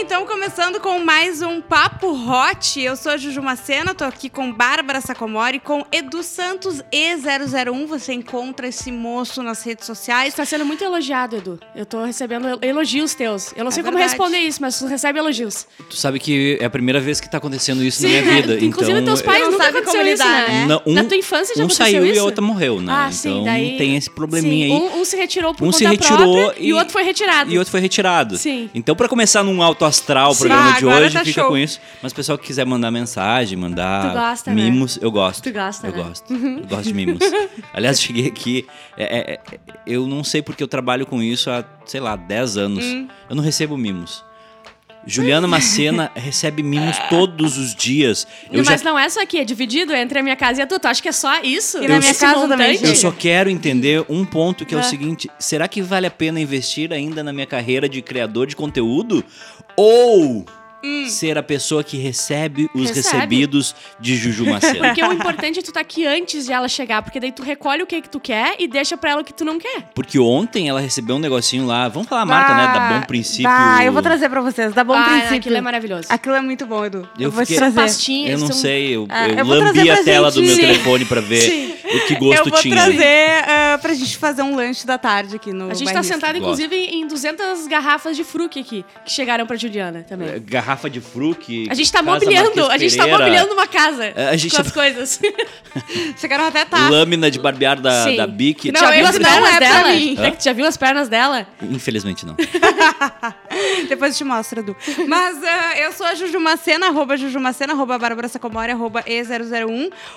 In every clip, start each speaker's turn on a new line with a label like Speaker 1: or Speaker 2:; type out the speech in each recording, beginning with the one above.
Speaker 1: então, Começando com mais um Papo Hot. Eu sou a Juju Macena, tô aqui com Bárbara Sacomori, com Edu Santos E001. Você encontra esse moço nas redes sociais.
Speaker 2: Está tá sendo muito elogiado, Edu. Eu tô recebendo el- elogios teus. Eu
Speaker 1: É
Speaker 2: não sei como
Speaker 1: verdade.
Speaker 2: responder isso, mas tu recebe elogios.
Speaker 3: Tu sabe que é a primeira vez que tá acontecendo isso na minha vida.
Speaker 2: Inclusive,
Speaker 3: então,
Speaker 2: teus
Speaker 3: eu-
Speaker 2: pais
Speaker 1: não
Speaker 2: nunca
Speaker 1: sabe como
Speaker 2: aconteceu isso,
Speaker 1: lidar,
Speaker 2: né?
Speaker 1: né?
Speaker 3: Não, um-
Speaker 2: Na tua infância já
Speaker 3: um
Speaker 2: aconteceu
Speaker 3: saiu e
Speaker 2: isso?
Speaker 3: a outra morreu, né?
Speaker 2: Ah, sim,
Speaker 3: então
Speaker 2: daí-
Speaker 3: tem esse probleminha
Speaker 2: Sim,
Speaker 3: aí.
Speaker 2: Um, um se retirou por
Speaker 3: Um
Speaker 2: conta
Speaker 3: se retirou
Speaker 2: própria e...
Speaker 3: e-
Speaker 2: o outro foi retirado.
Speaker 3: E outro foi retirado.
Speaker 2: Sim.
Speaker 3: Então, pra começar num alto astral o
Speaker 1: Sim.
Speaker 3: programa
Speaker 1: Ah,
Speaker 3: de
Speaker 1: agora
Speaker 3: hoje,
Speaker 1: tá
Speaker 3: fica
Speaker 1: show.
Speaker 3: com isso. Mas o pessoal que quiser mandar mensagem, mandar
Speaker 2: Tu gosta, né?
Speaker 3: mimos, eu gosto.
Speaker 2: Tu gosta,
Speaker 3: Eu
Speaker 2: né?
Speaker 3: gosto. Eu gosto de mimos. Aliás, cheguei aqui. é, é, é, eu não sei porque eu trabalho com isso há, sei lá, 10 anos.
Speaker 2: Hum.
Speaker 3: Eu não recebo mimos. Juliana Macena recebe mimos todos os dias. Eu já
Speaker 2: Mas não é só aqui, é dividido entre a minha casa e a tua. Tu acha que é só isso?
Speaker 1: E na minha
Speaker 2: Esse
Speaker 1: casa
Speaker 2: montante?
Speaker 1: também, gente.
Speaker 3: Eu só quero entender um ponto
Speaker 1: Ah.
Speaker 3: que é,
Speaker 2: É.
Speaker 3: o seguinte: será que vale a pena investir ainda na minha carreira de criador de conteúdo? Ou
Speaker 1: Hum.
Speaker 3: ser a pessoa que recebe os
Speaker 2: Recebe.
Speaker 3: recebidos de Juju Macena?
Speaker 2: Porque o importante é tu tá aqui antes de ela chegar, porque daí tu recolhe o que que tu quer e deixa pra ela o que tu não quer.
Speaker 3: Porque ontem ela recebeu um negocinho lá, vamos falar a marca, né? Da Bom Princípio.
Speaker 1: Ah, eu vou trazer pra vocês. Da Bom
Speaker 2: ah,
Speaker 1: Princípio.
Speaker 2: aquilo é maravilhoso.
Speaker 1: Aquilo é muito bom, Edu.
Speaker 3: Eu
Speaker 1: vou te
Speaker 3: fiquei-
Speaker 1: trazer.
Speaker 2: Pastinhas
Speaker 3: Eu não
Speaker 2: são-
Speaker 3: sei, eu,
Speaker 1: Ah,
Speaker 3: eu
Speaker 1: eu vou trazer
Speaker 3: lambi
Speaker 1: pra
Speaker 3: a tela do meu
Speaker 1: gente.
Speaker 3: telefone pra ver o que
Speaker 1: eu
Speaker 3: gosto
Speaker 1: vou
Speaker 3: tinha.
Speaker 1: trazer ah, pra gente fazer um lanche da tarde aqui no
Speaker 2: A gente tá
Speaker 1: bairrista.
Speaker 2: sentado,
Speaker 3: Gosto.
Speaker 2: inclusive, em 200 garrafas de fruque aqui, que chegaram pra Juliana também.
Speaker 3: Garrafa de fruque.
Speaker 2: A gente tá
Speaker 3: É, casa
Speaker 2: mobiliando, a
Speaker 3: Marques
Speaker 2: gente tá
Speaker 3: Pereira,
Speaker 2: mobiliando uma casa
Speaker 3: É, a gente
Speaker 2: com
Speaker 3: tá-
Speaker 2: as coisas.
Speaker 1: Chegaram até tarde.
Speaker 3: Lâmina de barbear da,
Speaker 2: Sim.
Speaker 3: Tá, da Bic.
Speaker 1: tá. Não,
Speaker 2: já viu
Speaker 1: esse
Speaker 2: as
Speaker 1: não
Speaker 2: pernas
Speaker 1: é pra
Speaker 2: dela?
Speaker 1: mim.
Speaker 2: É que tu já viu as pernas dela?
Speaker 3: Infelizmente não.
Speaker 2: É
Speaker 1: Depois eu te mostro, Edu. Mas ah, eu sou a Juju Macena, arroba Juju Macena, arroba Bárbara Sacomori, arroba E001.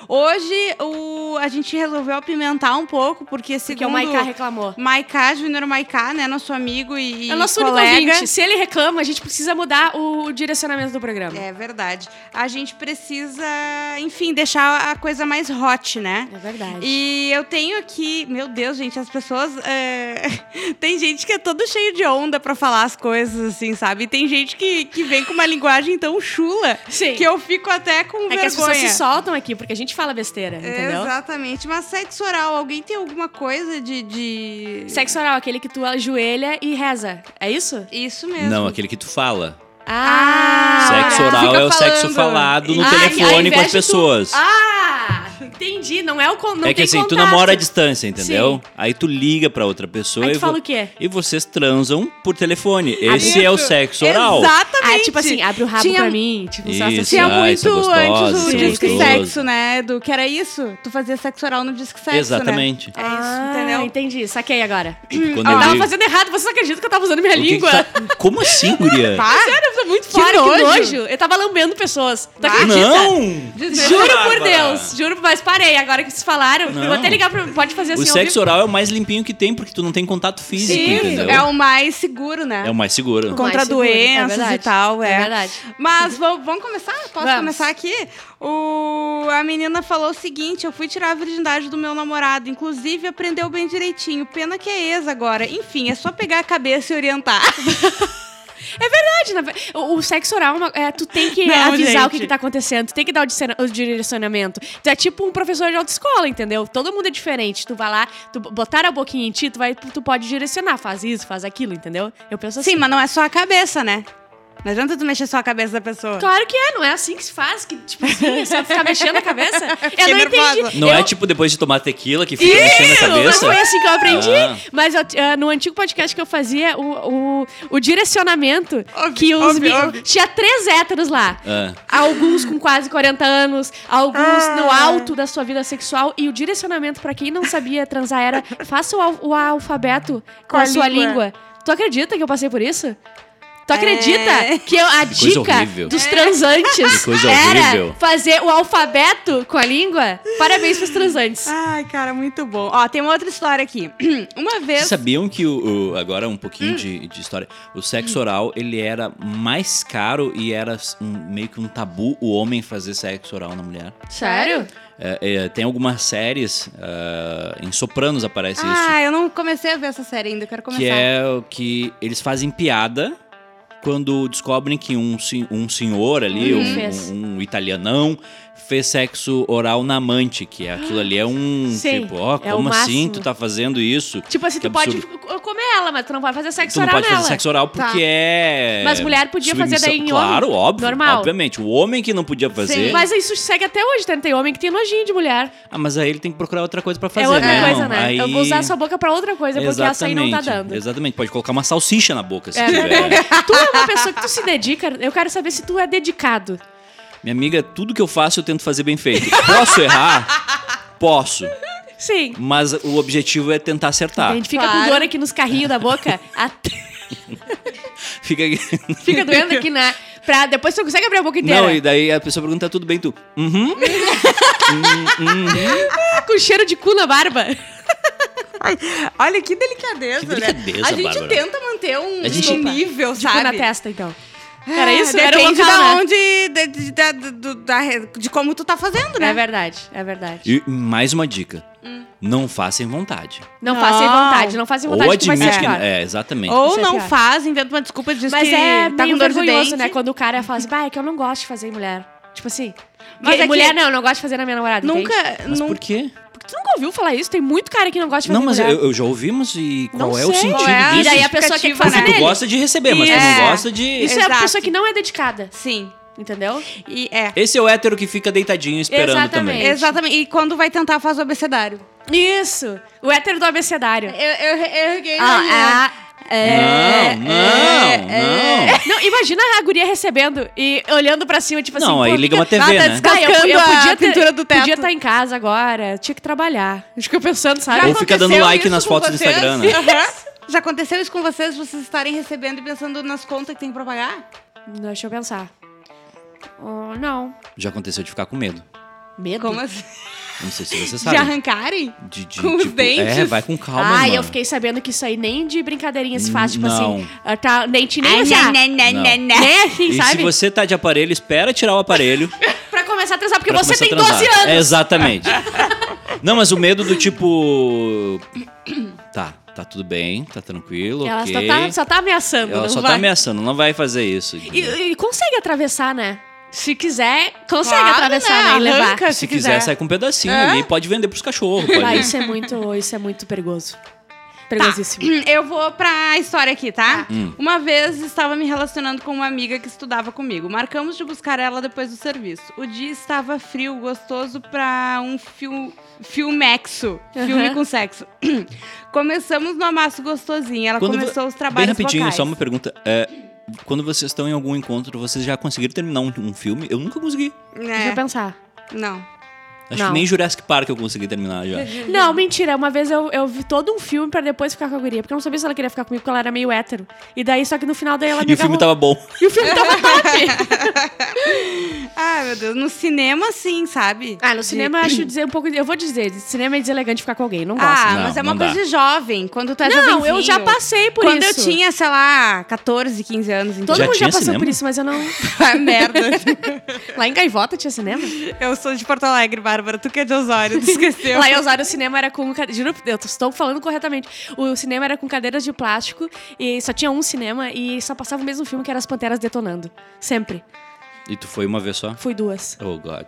Speaker 1: Hoje o, a gente resolveu apimentar um pouco, porque segundo...
Speaker 2: Porque o Maiká reclamou.
Speaker 1: Maiká, Júnior Maiká, né? Nosso amigo e
Speaker 2: É o nosso único
Speaker 1: colega.
Speaker 2: ouvinte. Se ele reclama, a gente precisa mudar o direcionamento do programa.
Speaker 1: É verdade. A gente precisa, enfim, deixar a coisa mais hot, né?
Speaker 2: verdade.
Speaker 1: E eu tenho aqui, meu Deus, gente, as pessoas. é, Tem gente que é todo cheio de onda pra falar as coisas, assim, sabe? E tem gente que, que vem com uma linguagem tão chula
Speaker 2: Sim.
Speaker 1: que eu fico até com
Speaker 2: é
Speaker 1: vergonha.
Speaker 2: que as pessoas se soltam aqui, porque a gente fala besteira, entendeu?
Speaker 1: Exatamente. Mas sexo oral, alguém tem alguma coisa de. de...
Speaker 2: Sexo oral, aquele que tu ajoelha e reza. É isso?
Speaker 1: Isso mesmo.
Speaker 3: Não, aquele que tu fala.
Speaker 1: Ah,
Speaker 3: sexo
Speaker 1: fica
Speaker 3: oral é o sexo
Speaker 1: falando.
Speaker 3: falado no
Speaker 1: Ah,
Speaker 2: ao
Speaker 3: telefone
Speaker 2: invés
Speaker 3: com as
Speaker 2: de tu-
Speaker 3: pessoas.
Speaker 2: Ah! Entendi. Não é o con... não
Speaker 3: é que
Speaker 2: tem
Speaker 3: assim, tu
Speaker 2: contato.
Speaker 3: namora à distância, entendeu?
Speaker 2: Sim.
Speaker 3: Aí tu liga pra outra pessoa
Speaker 2: Aí
Speaker 3: e,
Speaker 2: tu fala Ah,
Speaker 3: vo-
Speaker 2: o quê?
Speaker 3: e vocês transam por telefone. Esse é o sexo oral.
Speaker 1: Exatamente.
Speaker 2: Ah, tipo assim, abre o rabo
Speaker 1: Tinha- um-
Speaker 2: pra mim. Tipo, só
Speaker 3: Isso.
Speaker 2: assim.
Speaker 1: Tinha
Speaker 3: Ai,
Speaker 1: muito
Speaker 3: isso é gostoso,
Speaker 1: antes o
Speaker 2: isso é
Speaker 1: disque
Speaker 3: gostoso.
Speaker 1: sexo, né, Edu? Que era isso? Tu fazia sexo oral no disque sexo, né?
Speaker 3: Exatamente.
Speaker 1: É isso, entendeu?
Speaker 2: Ah, entendi. Saquei agora.
Speaker 3: Quando
Speaker 2: Eu
Speaker 3: eu
Speaker 2: tava
Speaker 3: digo-
Speaker 2: fazendo errado, vocês acreditam que eu tava usando minha
Speaker 3: O que que
Speaker 2: língua?
Speaker 3: tá- Como assim, guria?
Speaker 1: Pá,
Speaker 2: Sério, eu tô muito
Speaker 1: Tá? Que
Speaker 2: fora, que nojo.
Speaker 1: nojo.
Speaker 2: Eu tava lambendo pessoas. Tu
Speaker 1: Ah,
Speaker 2: acredita?
Speaker 3: Não!
Speaker 2: Assim, Juro por
Speaker 3: Bárbara.
Speaker 2: Deus, juro, mas parei, agora que vocês falaram, eu
Speaker 3: Não.
Speaker 2: vou até ligar pra... Pode fazer assim,
Speaker 3: O
Speaker 2: ao
Speaker 3: sexo
Speaker 2: vivo.
Speaker 3: oral é o mais limpinho que tem, porque tu não tem contato físico,
Speaker 1: Isso,
Speaker 3: entendeu?
Speaker 1: é o mais seguro, né?
Speaker 3: É o mais seguro.
Speaker 1: Contra
Speaker 2: mais seguro, é
Speaker 1: doenças e
Speaker 2: verdade.
Speaker 1: tal, é.
Speaker 2: É verdade.
Speaker 1: Mas vamos, vamos começar? Posso
Speaker 2: Vamos.
Speaker 1: começar aqui? O, a menina falou o seguinte: eu fui tirar a virgindade do meu namorado. Inclusive, aprendeu bem direitinho. Pena que é ex agora. Enfim, é só pegar a cabeça e orientar.
Speaker 2: Verdade, na verdade. O, o sexo oral, é uma- é, tu tem que
Speaker 1: Não,
Speaker 2: avisar
Speaker 1: gente.
Speaker 2: o que, que tá acontecendo, tu tem que dar o, discern- o direcionamento. Tu é tipo um professor de autoescola, entendeu? Todo mundo é diferente. Tu vai lá, tu botar a boquinha em ti, tu, vai, tu pode direcionar, faz isso, faz aquilo, entendeu? Eu penso assim.
Speaker 1: Sim, mas não é só a cabeça, né? Não adianta tu mexer só a cabeça da pessoa.
Speaker 2: Claro que é, não é assim que se faz, que tipo assim, é só ficar mexendo a cabeça. Eu não
Speaker 1: nervosa.
Speaker 2: entendi.
Speaker 3: Não
Speaker 2: eu...
Speaker 3: é tipo depois de tomar tequila que fica mexendo a
Speaker 2: Não
Speaker 3: cabeça?
Speaker 2: foi assim que eu aprendi.
Speaker 3: Ah.
Speaker 2: Mas eu- eh, no antigo podcast que eu fazia, o, o, o direcionamento
Speaker 1: Óbvio,
Speaker 2: que os
Speaker 1: óbvio,
Speaker 2: mi-
Speaker 1: óbvio.
Speaker 2: Tinha três héteros lá.
Speaker 3: Ah.
Speaker 2: Alguns com quase 40 anos, alguns no alto da sua vida sexual. E o direcionamento, pra quem não sabia transar, era faça o, al- o alfabeto com,
Speaker 1: a
Speaker 2: a, sua
Speaker 1: língua.
Speaker 2: língua. Tu acredita que eu passei por isso? Tu acredita
Speaker 1: É.
Speaker 2: que eu- a
Speaker 3: coisa
Speaker 2: dica
Speaker 3: horrível.
Speaker 2: dos transantes
Speaker 3: Que coisa
Speaker 2: era
Speaker 3: horrível.
Speaker 2: fazer o alfabeto com a língua? Parabéns pros transantes.
Speaker 1: Ai, cara, muito bom. Ó, tem uma outra história aqui. Uma
Speaker 3: Vocês
Speaker 1: vez.
Speaker 3: sabiam que o, o- agora um pouquinho de, de história, o
Speaker 2: Hum.
Speaker 3: sexo oral ele era mais caro e era s- um- meio que um tabu o homem fazer sexo oral na mulher.
Speaker 2: Sério?
Speaker 3: É, é, tem algumas séries ah, em Sopranos aparece
Speaker 2: é,
Speaker 1: Ah, eu não comecei a ver essa série ainda, eu quero
Speaker 3: isso,
Speaker 1: começar.
Speaker 3: que é o que eles fazem piada quando descobrem que um, sen- um senhor ali,
Speaker 2: Hum.
Speaker 3: um-
Speaker 2: Fez.
Speaker 3: um, um italianão fez sexo oral na amante, que aquilo ali é um
Speaker 2: Sei,
Speaker 3: tipo, ó,
Speaker 2: é o
Speaker 3: como assim
Speaker 2: máximo.
Speaker 3: tu tá fazendo isso?
Speaker 2: Tipo assim,
Speaker 3: Que
Speaker 2: tu pode
Speaker 3: absurdo.
Speaker 2: f- comer ela, mas tu não pode fazer sexo
Speaker 3: Tu não
Speaker 2: oral
Speaker 3: pode
Speaker 2: nela.
Speaker 3: fazer sexo oral porque
Speaker 1: Tá.
Speaker 3: é.
Speaker 2: Mas mulher podia fazer daí em homem.
Speaker 3: Claro, óbvio.
Speaker 2: Normal.
Speaker 3: Obviamente. O homem que não podia fazer.
Speaker 1: Sim,
Speaker 2: Mas isso segue até hoje, tá? Tem homem que tem nojinho de mulher.
Speaker 3: Ah, mas aí ele tem que procurar outra coisa pra fazer,
Speaker 2: é outra
Speaker 3: né?
Speaker 2: coisa,
Speaker 3: irmão?
Speaker 2: né?
Speaker 3: Aí...
Speaker 2: Eu vou usar sua boca pra outra coisa, porque essa aí não tá dando.
Speaker 3: Exatamente. Pode colocar uma salsicha na boca se
Speaker 2: É
Speaker 3: tiver.
Speaker 2: verdade. tu é uma pessoa que tu se dedica. Eu quero saber se tu é dedicado.
Speaker 3: Minha amiga, tudo que eu faço eu tento fazer bem feito. Posso errar? Posso.
Speaker 2: Sim.
Speaker 3: Mas o objetivo é tentar
Speaker 2: A
Speaker 3: acertar.
Speaker 2: gente fica
Speaker 1: Claro.
Speaker 2: com dor aqui nos carrinhos da boca. até-
Speaker 3: Fica aqui.
Speaker 2: Fica doendo aqui na. Pra depois tu consegue abrir a boca inteira.
Speaker 3: Não, e daí a pessoa pergunta, tá tudo bem, tu? Uhum.
Speaker 2: Ah, com cheiro de cu na barba.
Speaker 1: Ai, olha que delicadeza,
Speaker 3: Que
Speaker 1: né?
Speaker 3: delicadeza,
Speaker 1: A gente
Speaker 3: Bárbara.
Speaker 1: tenta manter um
Speaker 3: A gente-
Speaker 1: um nível,
Speaker 2: De cu
Speaker 1: sabe? Ah, É,
Speaker 2: na testa, então. Era isso?
Speaker 1: Depende
Speaker 2: Era o local,
Speaker 1: da
Speaker 2: né?
Speaker 1: onde, de, de- da- do- da- de como tu tá fazendo, né?
Speaker 2: É verdade, é verdade.
Speaker 3: E mais uma dica.
Speaker 2: Hum.
Speaker 3: Não faça em vontade.
Speaker 2: Não,
Speaker 1: Não.
Speaker 2: faça em vontade, não faça em vontade
Speaker 3: Ou
Speaker 2: que vai
Speaker 3: admite
Speaker 2: ser
Speaker 3: que...
Speaker 2: pior.
Speaker 3: É, exatamente.
Speaker 1: Ou
Speaker 2: Isso é
Speaker 1: não
Speaker 2: pior.
Speaker 1: faz, inventa uma desculpa, diz
Speaker 2: Mas
Speaker 1: que
Speaker 2: é
Speaker 1: tá com
Speaker 2: meio
Speaker 1: dor de
Speaker 2: vergonhoso,
Speaker 1: dente.
Speaker 2: né? Quando o cara fala assim, bah, é que eu não gosto de fazer em mulher. Tipo assim.
Speaker 1: Mas
Speaker 2: que-
Speaker 1: é que-
Speaker 2: mulher não, eu não gosto de fazer na minha namorada.
Speaker 1: Nunca,
Speaker 2: entende?
Speaker 3: Mas
Speaker 1: nunca
Speaker 3: por quê?
Speaker 2: Porque tu nunca ouviu falar isso? Tem muito cara que não gosta de fazer
Speaker 3: Não, mas
Speaker 2: em mulher.
Speaker 3: eu, eu já ouvi, mas e qual
Speaker 2: Não
Speaker 3: é o
Speaker 2: sei.
Speaker 3: sentido
Speaker 1: Qual é a
Speaker 3: disso?
Speaker 2: E daí a pessoa quer que
Speaker 1: justificativa,
Speaker 2: faça
Speaker 1: né?
Speaker 3: Tu
Speaker 2: nele.
Speaker 3: gosta de receber, mas tu
Speaker 1: Isso.
Speaker 3: não gosta de...
Speaker 2: Isso é a
Speaker 1: Exato.
Speaker 2: pessoa que não é dedicada,
Speaker 1: Sim.
Speaker 2: entendeu?
Speaker 1: E é.
Speaker 3: Esse é o hétero que fica deitadinho esperando também.
Speaker 2: Exatamente.
Speaker 1: Exatamente. E quando vai tentar, faz o abecedário.
Speaker 2: Isso! O hétero do abecedário.
Speaker 1: Eu, eu, eu erguei
Speaker 2: Ah, ah, é,
Speaker 3: não,
Speaker 2: é,
Speaker 3: não,
Speaker 2: é.
Speaker 3: não.
Speaker 2: Não, imagina a guria recebendo e olhando pra cima, tipo assim...
Speaker 3: Não, aí
Speaker 2: pô,
Speaker 3: liga
Speaker 2: fica-
Speaker 3: uma TV,
Speaker 1: Ah, tá
Speaker 3: né?
Speaker 2: Cara, eu,
Speaker 1: Cascando
Speaker 2: eu
Speaker 1: a
Speaker 2: podia ter,
Speaker 1: pintura do teto.
Speaker 2: Podia estar em casa agora, tinha que trabalhar. Acho que eu pensando, sabe?
Speaker 3: Ou fica dando
Speaker 1: Aconteceu
Speaker 3: like
Speaker 1: isso
Speaker 3: nas
Speaker 1: com
Speaker 3: fotos do
Speaker 1: vocês?
Speaker 3: Instagram, né?
Speaker 1: é. Aham. Já aconteceu isso com vocês, vocês estarem recebendo e pensando nas contas que tem pra pagar?
Speaker 2: Deixa eu pensar. Oh, não.
Speaker 3: Já aconteceu de ficar com medo.
Speaker 2: Medo?
Speaker 1: Como assim?
Speaker 3: Não sei se você
Speaker 1: De
Speaker 3: sabe.
Speaker 1: arrancarem?
Speaker 3: De, de,
Speaker 1: com os dentes?
Speaker 3: É, vai com calma,
Speaker 2: ah,
Speaker 3: irmã.
Speaker 2: eu fiquei sabendo que isso aí nem de brincadeirinha se faz, tipo
Speaker 3: Não.
Speaker 2: assim, ah, tá, nem te nem
Speaker 1: Ai,
Speaker 2: assim, ah,
Speaker 1: né, né,
Speaker 3: Não.
Speaker 1: né, né.
Speaker 2: né, assim,
Speaker 3: E
Speaker 2: sabe?
Speaker 3: se você tá de aparelho, espera tirar o aparelho
Speaker 2: Pra começar a transar, porque
Speaker 3: pra
Speaker 2: você tem
Speaker 3: começar a transar.
Speaker 2: 12 anos.
Speaker 3: É, exatamente. Não, mas o medo do tipo... Tá, tá tudo bem, tá tranquilo,
Speaker 2: Ela
Speaker 3: ok.
Speaker 2: só tá, só tá ameaçando.
Speaker 3: Ela
Speaker 2: não
Speaker 3: só
Speaker 2: vai.
Speaker 3: tá ameaçando, não vai fazer isso.
Speaker 2: E, e consegue atravessar, né? Se quiser, consegue
Speaker 1: Claro,
Speaker 2: atravessar,
Speaker 1: né?
Speaker 2: né? E levar.
Speaker 1: Arranca
Speaker 3: Se quiser, sai com um pedacinho ali, pode vender pros cachorros. Pode...
Speaker 2: Ah, isso é muito, isso é muito perigoso. Tá. Perigosíssimo.
Speaker 1: hum, Eu vou pra história aqui, tá?
Speaker 3: Hum.
Speaker 1: Uma vez estava me relacionando com uma amiga que estudava comigo. Marcamos de buscar ela depois do serviço. O dia estava frio, gostoso pra um fio, filmexo. Filme
Speaker 2: Uhum.
Speaker 1: com sexo. Começamos no amasso gostosinho. Ela
Speaker 3: Quando
Speaker 1: começou
Speaker 3: vo-
Speaker 1: os trabalhos
Speaker 3: Bem rapidinho,
Speaker 1: vocais.
Speaker 3: só uma pergunta. É, quando vocês estão em algum encontro, vocês já conseguiram terminar um, um filme? Eu nunca consegui.
Speaker 2: Deixa eu
Speaker 1: É,
Speaker 2: pensar.
Speaker 1: não.
Speaker 3: Acho
Speaker 2: Não.
Speaker 3: que nem Jurassic Park eu consegui terminar já.
Speaker 2: Não, mentira. Uma vez eu, eu vi todo um filme pra depois ficar com a guria. Porque eu não sabia se ela queria ficar comigo, porque ela era meio hétero. E daí, só que no final daí ela me
Speaker 3: E o filme
Speaker 2: agarrou.
Speaker 3: tava bom.
Speaker 2: E o filme tava top.
Speaker 1: Ai, meu Deus. No cinema, sim, sabe?
Speaker 2: ah, no
Speaker 1: De-
Speaker 2: cinema eu acho dizer um pouco... Eu vou dizer, cinema é deselegante ficar com alguém. Não gosto.
Speaker 1: Ah,
Speaker 3: Não,
Speaker 1: mas é uma
Speaker 3: não dá.
Speaker 1: coisa de jovem. Quando tu é
Speaker 2: não, eu um já
Speaker 1: jovenzinho.
Speaker 2: passei por
Speaker 1: Quando
Speaker 2: isso.
Speaker 1: eu tinha, sei lá, 14, 15 anos. Então.
Speaker 2: Todo
Speaker 3: Já
Speaker 2: mundo já
Speaker 3: tinha
Speaker 2: passou
Speaker 3: cinema?
Speaker 2: por isso, mas eu não...
Speaker 1: Ah, merda.
Speaker 2: Lá em Gaivota tinha cinema?
Speaker 1: Eu sou de Porto Alegre, Bárbara. Tu que é de Osório, tu esqueceu.
Speaker 2: Lá em Osório o cinema era com... ca- Juro, eu estou falando corretamente. O cinema era com cadeiras de plástico e só tinha um cinema e só passava o mesmo filme que era As Panteras Detonando. Sempre.
Speaker 3: E tu foi uma vez só?
Speaker 2: Fui duas.
Speaker 3: Oh, God.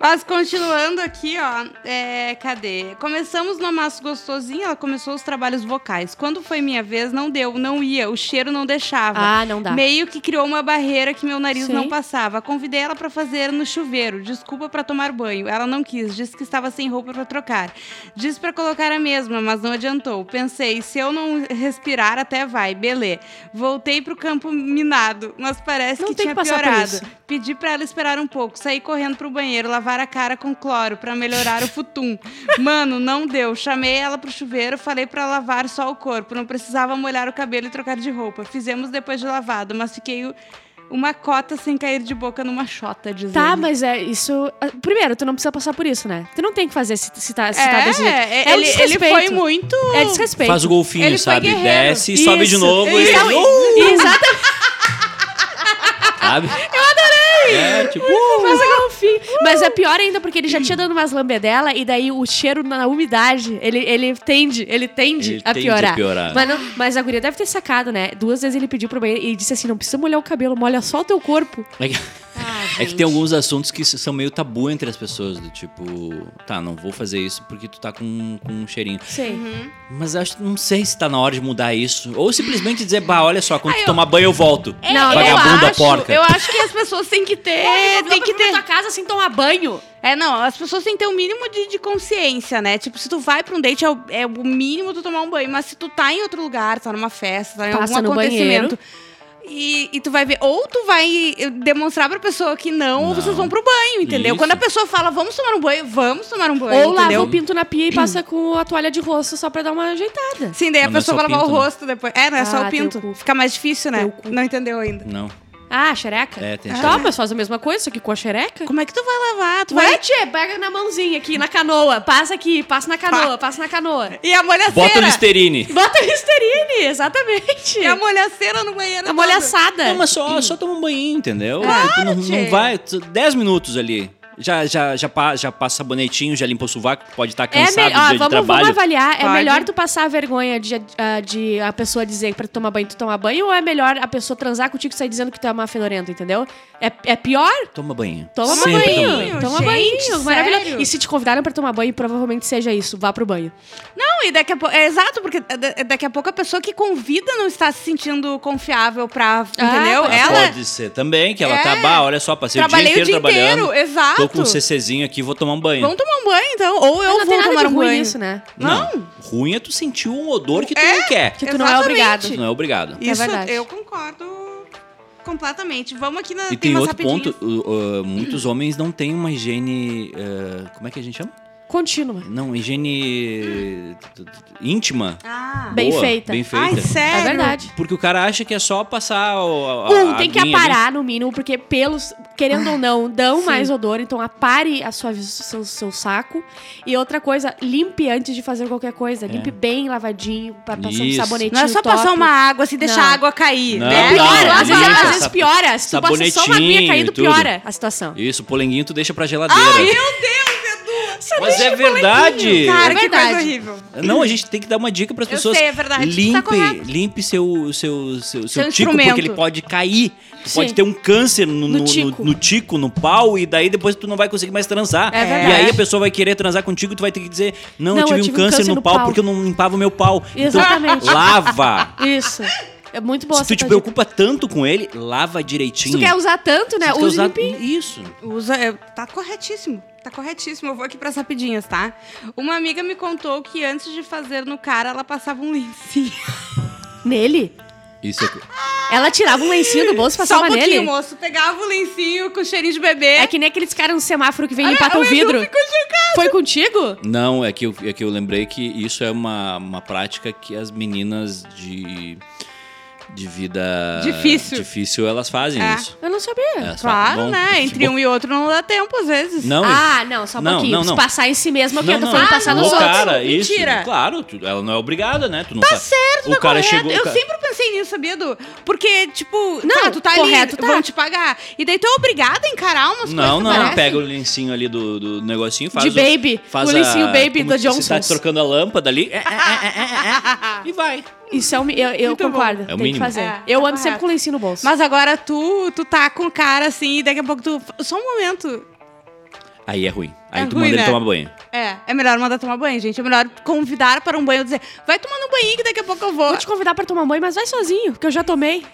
Speaker 1: Mas continuando aqui, ó. é, cadê? Começamos no amasso gostosinho, ela começou os trabalhos vocais. Quando foi minha vez, não deu, não ia, o cheiro não deixava.
Speaker 2: Ah, não dá.
Speaker 1: Meio que criou uma barreira que meu nariz
Speaker 2: Sim.
Speaker 1: não passava. Convidei ela pra fazer no chuveiro. Desculpa pra tomar banho. Ela não quis. Disse que estava sem roupa pra trocar. Diz pra colocar a mesma, mas não adiantou. Pensei, se eu não respirar até vai, belê. Voltei pro campo minado, mas parece
Speaker 2: Não
Speaker 1: que
Speaker 2: tem
Speaker 1: tinha
Speaker 2: que passar por
Speaker 1: piorado.
Speaker 2: isso.
Speaker 1: Pedi pra ela esperar um pouco, saí correndo pro banheiro, lavar a cara com cloro pra melhorar o futum. Mano, não deu. Chamei ela pro chuveiro, falei pra lavar só o corpo, não precisava molhar o cabelo e trocar de roupa. Fizemos depois de lavado, mas fiquei u- uma cota sem cair de boca numa chota, dizendo.
Speaker 2: Tá, mas é isso... ah, Primeiro, tu não precisa passar por isso, né? Tu não tem que fazer se, se tá, se tá desse jeito.
Speaker 1: é,
Speaker 2: um
Speaker 1: ele, ele
Speaker 2: desrespeito.
Speaker 1: foi muito.
Speaker 2: É desrespeito.
Speaker 3: Faz o golfinho,
Speaker 1: Ele foi
Speaker 3: sabe?
Speaker 1: guerreiro.
Speaker 3: Desce e sobe de
Speaker 2: Isso.
Speaker 3: novo. E...
Speaker 2: Então,
Speaker 3: Uh,
Speaker 2: Exatamente.
Speaker 3: sabe? Eu adorei! É, tipo... uh,
Speaker 2: Mas é golfinho. Mas é pior ainda porque ele já tinha dando umas lambedela e daí o cheiro na, na umidade, ele, ele tende, ele tende,
Speaker 3: Ele
Speaker 2: a,
Speaker 3: tende a
Speaker 2: piorar.
Speaker 3: piorar.
Speaker 2: Mas, não- mas a guria deve ter sacado, né? Duas vezes ele pediu pro banheiro e disse assim, não precisa molhar o cabelo, molha só o teu corpo.
Speaker 3: é que- É que tem alguns assuntos que são meio tabu entre as pessoas, do tipo, tá, não vou fazer isso porque tu tá com, com um cheirinho.
Speaker 2: Sei.
Speaker 3: Mas acho não sei se tá na hora de mudar isso. Ou simplesmente dizer, bah, olha só, quando tu tomar banho eu volto.
Speaker 2: Não, eu
Speaker 3: Vagabunda
Speaker 1: É, acho,
Speaker 3: porca.
Speaker 1: Eu acho que as pessoas têm que ter. É, tem que ter.
Speaker 2: tua casa sem tomar banho.
Speaker 1: É, não, as pessoas têm que ter o mínimo de, de consciência, né? Tipo, se tu vai pra um date, é o, é o mínimo tu tomar um banho. Mas se tu tá em outro lugar, tá numa festa, tá em
Speaker 2: Passa
Speaker 1: algum
Speaker 2: no
Speaker 1: acontecimento. E, e tu vai ver, ou tu vai eh, demonstrar pra pessoa que não, ou vocês vão pro banho, entendeu?
Speaker 3: Isso.
Speaker 1: Quando a pessoa fala, vamos tomar um banho, vamos tomar um banho,
Speaker 2: Ou lava
Speaker 1: entendeu? Hum.
Speaker 2: o pinto na pia e passa com a toalha de rosto só pra dar uma ajeitada.
Speaker 1: Sim, daí a
Speaker 3: Não, não é
Speaker 1: pessoa
Speaker 3: só
Speaker 1: vai lavar
Speaker 3: o pinto,
Speaker 1: o
Speaker 3: né?
Speaker 1: rosto depois. É, não é só
Speaker 2: Ah,
Speaker 1: o
Speaker 2: tem o
Speaker 1: pinto.
Speaker 2: cu.
Speaker 1: Fica mais difícil, né?
Speaker 2: Tem o cu.
Speaker 1: Não entendeu ainda.
Speaker 3: Não.
Speaker 2: Ah, xereca?
Speaker 3: É, tem
Speaker 2: Tá,
Speaker 3: xereca.
Speaker 2: mas faz a mesma coisa, só que com a xereca.
Speaker 1: Como é que tu vai lavar? Tu
Speaker 2: Vai,
Speaker 1: vai...
Speaker 2: tchê, pega na mãozinha aqui, na canoa. Passa aqui, passa na canoa, passa na canoa.
Speaker 1: E a molhaceira?
Speaker 3: Bota o Listerine.
Speaker 2: Bota Listerine, exatamente. É
Speaker 1: E É a molhaceira no banheiro
Speaker 2: A
Speaker 1: todo.
Speaker 2: molhaçada.
Speaker 3: Não, mas só, só toma um banho, entendeu? Tipo, não,
Speaker 1: tchê.
Speaker 3: não vai. tu- 10 minutos ali. Já, já, já, pa- já passa bonetinho, já limpa o sovaco, pode estar
Speaker 2: É
Speaker 3: cansado
Speaker 2: mel-
Speaker 3: do
Speaker 2: ó,
Speaker 3: dia de
Speaker 2: vamos,
Speaker 3: trabalho.
Speaker 2: vamos avaliar. É
Speaker 1: Pode.
Speaker 2: melhor tu passar a vergonha de, ah, de a pessoa dizer pra tu tomar banho, tu tomar banho, ou é melhor a pessoa transar contigo e sair dizendo que tu é uma fedorenta, entendeu? É, é pior?
Speaker 3: Toma banho.
Speaker 2: Toma
Speaker 3: Sempre
Speaker 2: banho.
Speaker 3: toma banho.
Speaker 2: Toma
Speaker 1: Gente,
Speaker 2: banho. Maravilhoso.
Speaker 1: sério?
Speaker 2: E se te convidaram pra tomar banho, provavelmente seja isso. Vá pro banho.
Speaker 1: Não, e daqui a pouco. É exato, porque da- daqui a pouco a pessoa que convida não está se sentindo confiável pra. entendeu?
Speaker 2: pode
Speaker 1: Ela.
Speaker 3: Ah, Pode ser também, que ela
Speaker 1: É.
Speaker 3: tá, bah, olha só, passei
Speaker 1: Trabalhei
Speaker 3: o dia inteiro trabalhando.
Speaker 1: exato.
Speaker 3: Tô com um CCzinho aqui, vou tomar um banho.
Speaker 1: Vamos tomar um banho, então. Ou eu
Speaker 2: Mas não
Speaker 1: vou
Speaker 2: tem nada
Speaker 1: tomar
Speaker 2: de
Speaker 1: um
Speaker 2: ruim
Speaker 1: banho.
Speaker 2: nisso, né?
Speaker 3: Não. Ruim é tu sentir um odor que tu não quer.
Speaker 2: Que tu não é
Speaker 1: Exatamente.
Speaker 2: obrigado.
Speaker 3: Não é obrigado.
Speaker 1: Isso
Speaker 2: verdade.
Speaker 1: eu concordo completamente. Vamos aqui na.
Speaker 3: E tem
Speaker 1: umas
Speaker 3: outro
Speaker 1: rapidinhas.
Speaker 3: ponto, uh, uh, muitos homens não têm uma higiene, uh, como é que a gente chama?
Speaker 2: Contínua.
Speaker 3: Não, higiene t- t- t- íntima.
Speaker 1: Ah.
Speaker 2: Bem
Speaker 3: Boa,
Speaker 2: feita.
Speaker 3: Bem feita.
Speaker 1: Ai, sério.
Speaker 2: É verdade.
Speaker 3: Porque o cara acha que é só passar o, a,
Speaker 2: Um,
Speaker 3: a
Speaker 2: tem que
Speaker 3: aguinha ali.
Speaker 2: aparar no mínimo, porque pelos, querendo ou não, dão
Speaker 1: sim.
Speaker 2: mais odor, então apare a sua, seu, seu saco. E outra coisa, limpe antes de fazer qualquer coisa. Limpe bem lavadinho, pra passar um
Speaker 3: É. Isso.
Speaker 2: sabonetinho
Speaker 1: Não é só
Speaker 2: top.
Speaker 1: passar uma água assim, deixar
Speaker 2: Não.
Speaker 1: a água cair.
Speaker 3: Não,
Speaker 1: né?
Speaker 3: não,
Speaker 2: Piora,
Speaker 3: Ah,
Speaker 2: às vezes,
Speaker 3: limpa,
Speaker 2: às vezes
Speaker 3: sab-
Speaker 2: piora. Se tu passa só uma aguinha
Speaker 3: sabonetinho
Speaker 2: caindo,
Speaker 3: e tudo.
Speaker 2: piora a situação.
Speaker 3: Isso, o polenguinho tu deixa pra geladeira.
Speaker 1: Ah,
Speaker 3: Mas é
Speaker 1: Cara,
Speaker 3: verdade.
Speaker 2: É
Speaker 1: que
Speaker 2: verdade.
Speaker 1: coisa horrível.
Speaker 3: Não, a gente tem que dar uma dica pras
Speaker 1: Eu
Speaker 3: pessoas.
Speaker 1: sei, é verdade. Tá
Speaker 3: Limpe,
Speaker 1: correto.
Speaker 3: limpe seu, seu, seu, seu
Speaker 1: Seu
Speaker 3: tico,
Speaker 1: instrumento.
Speaker 3: porque ele pode cair. Tu
Speaker 2: Sim.
Speaker 3: pode ter um câncer no, no, no- no
Speaker 2: tico.
Speaker 3: tico. no pau, e daí depois tu não vai conseguir mais transar.
Speaker 2: É
Speaker 3: E
Speaker 2: verdade.
Speaker 3: aí a pessoa vai querer transar contigo e tu vai ter que dizer: Não,
Speaker 2: Não,
Speaker 3: eu tive, um câncer, no, pau, porque eu não limpava o meu pau.
Speaker 2: Exatamente.
Speaker 3: Então, lava.
Speaker 2: Isso. É muito boa
Speaker 3: Se tu
Speaker 2: essa
Speaker 3: te
Speaker 2: dica.
Speaker 3: preocupa tanto com ele, lava direitinho.
Speaker 2: Se tu quer usar tanto,
Speaker 3: Se
Speaker 2: né?
Speaker 3: tu quer
Speaker 2: Use
Speaker 3: usar-
Speaker 2: limpinho.
Speaker 3: Isso.
Speaker 1: Usa, é, tá corretíssimo. Tá corretíssimo. Eu vou aqui pras rapidinhas, tá? Uma amiga me contou que antes de fazer no cara, ela passava um lencinho.
Speaker 2: Nele?
Speaker 3: Isso é.
Speaker 2: Ela tirava um lencinho do bolso e
Speaker 1: Só um
Speaker 2: passava
Speaker 1: pouquinho,
Speaker 2: nele?
Speaker 1: moço. Pegava o lencinho com cheirinho de bebê.
Speaker 2: É que nem aqueles caras no semáforo que vem
Speaker 1: Ah,
Speaker 2: limpar teu vidro. Foi contigo?
Speaker 3: Não, é que, eu, é que eu lembrei que isso é uma, uma prática que as meninas de, de vida
Speaker 1: Difícil.
Speaker 3: difícil elas fazem
Speaker 1: É.
Speaker 3: isso.
Speaker 2: Eu não sabia.
Speaker 3: Elas
Speaker 1: Claro,
Speaker 3: falam, bom,
Speaker 1: né?
Speaker 3: que
Speaker 1: Entre
Speaker 3: bom.
Speaker 1: um e outro não dá tempo, às vezes.
Speaker 3: Não,
Speaker 2: Ah, não, só um
Speaker 3: Não,
Speaker 2: pouquinho.
Speaker 3: não, não.
Speaker 2: Se passar em si mesmo,
Speaker 3: não,
Speaker 2: ok. Eu tô
Speaker 3: não,
Speaker 2: falando
Speaker 3: não.
Speaker 2: passar
Speaker 3: O
Speaker 2: nos outros.
Speaker 3: cara, isso,
Speaker 1: Mentira.
Speaker 3: Claro, tu- ela não é obrigada, né? Tu não tá certo, o cara
Speaker 1: Correto.
Speaker 3: chegou. o
Speaker 1: é, eu
Speaker 3: ca-
Speaker 1: sempre pensei nisso, sabia, Du? Porque, tipo,
Speaker 2: Não,
Speaker 1: tá, tu tá
Speaker 2: correto,
Speaker 1: ali,
Speaker 2: tá.
Speaker 1: vão te pagar. E daí tu é obrigada a encarar umas
Speaker 3: Não,
Speaker 1: coisas.
Speaker 3: não,
Speaker 1: que parecem.
Speaker 3: pega o lencinho ali do, do negocinho, faz
Speaker 2: De
Speaker 3: o-
Speaker 2: baby.
Speaker 3: faz
Speaker 2: O
Speaker 3: a-
Speaker 2: lencinho baby
Speaker 3: como
Speaker 2: da
Speaker 3: se Você tá
Speaker 2: Johnson's.
Speaker 3: trocando a lâmpada ali é, é, é, é, é, e vai.
Speaker 2: Isso é um, eu, eu
Speaker 1: Muito bom.
Speaker 2: concordo.
Speaker 3: É o
Speaker 2: Tem que
Speaker 3: mínimo.
Speaker 2: fazer.
Speaker 1: É,
Speaker 2: eu
Speaker 1: tá
Speaker 2: ando sempre
Speaker 1: correto.
Speaker 2: com o lencinho no bolso.
Speaker 1: Mas agora tu, tu tá com o cara assim, e daqui a pouco tu. Só um momento.
Speaker 3: Aí é ruim. Aí
Speaker 1: É
Speaker 3: tu
Speaker 1: ruim,
Speaker 3: manda
Speaker 1: né?
Speaker 3: ele tomar banho.
Speaker 1: É, é melhor mandar tomar banho, gente. É melhor convidar para um banho e dizer, vai tomando um banho que daqui a pouco eu vou.
Speaker 2: Vou te convidar pra tomar banho, mas vai sozinho, porque eu já tomei.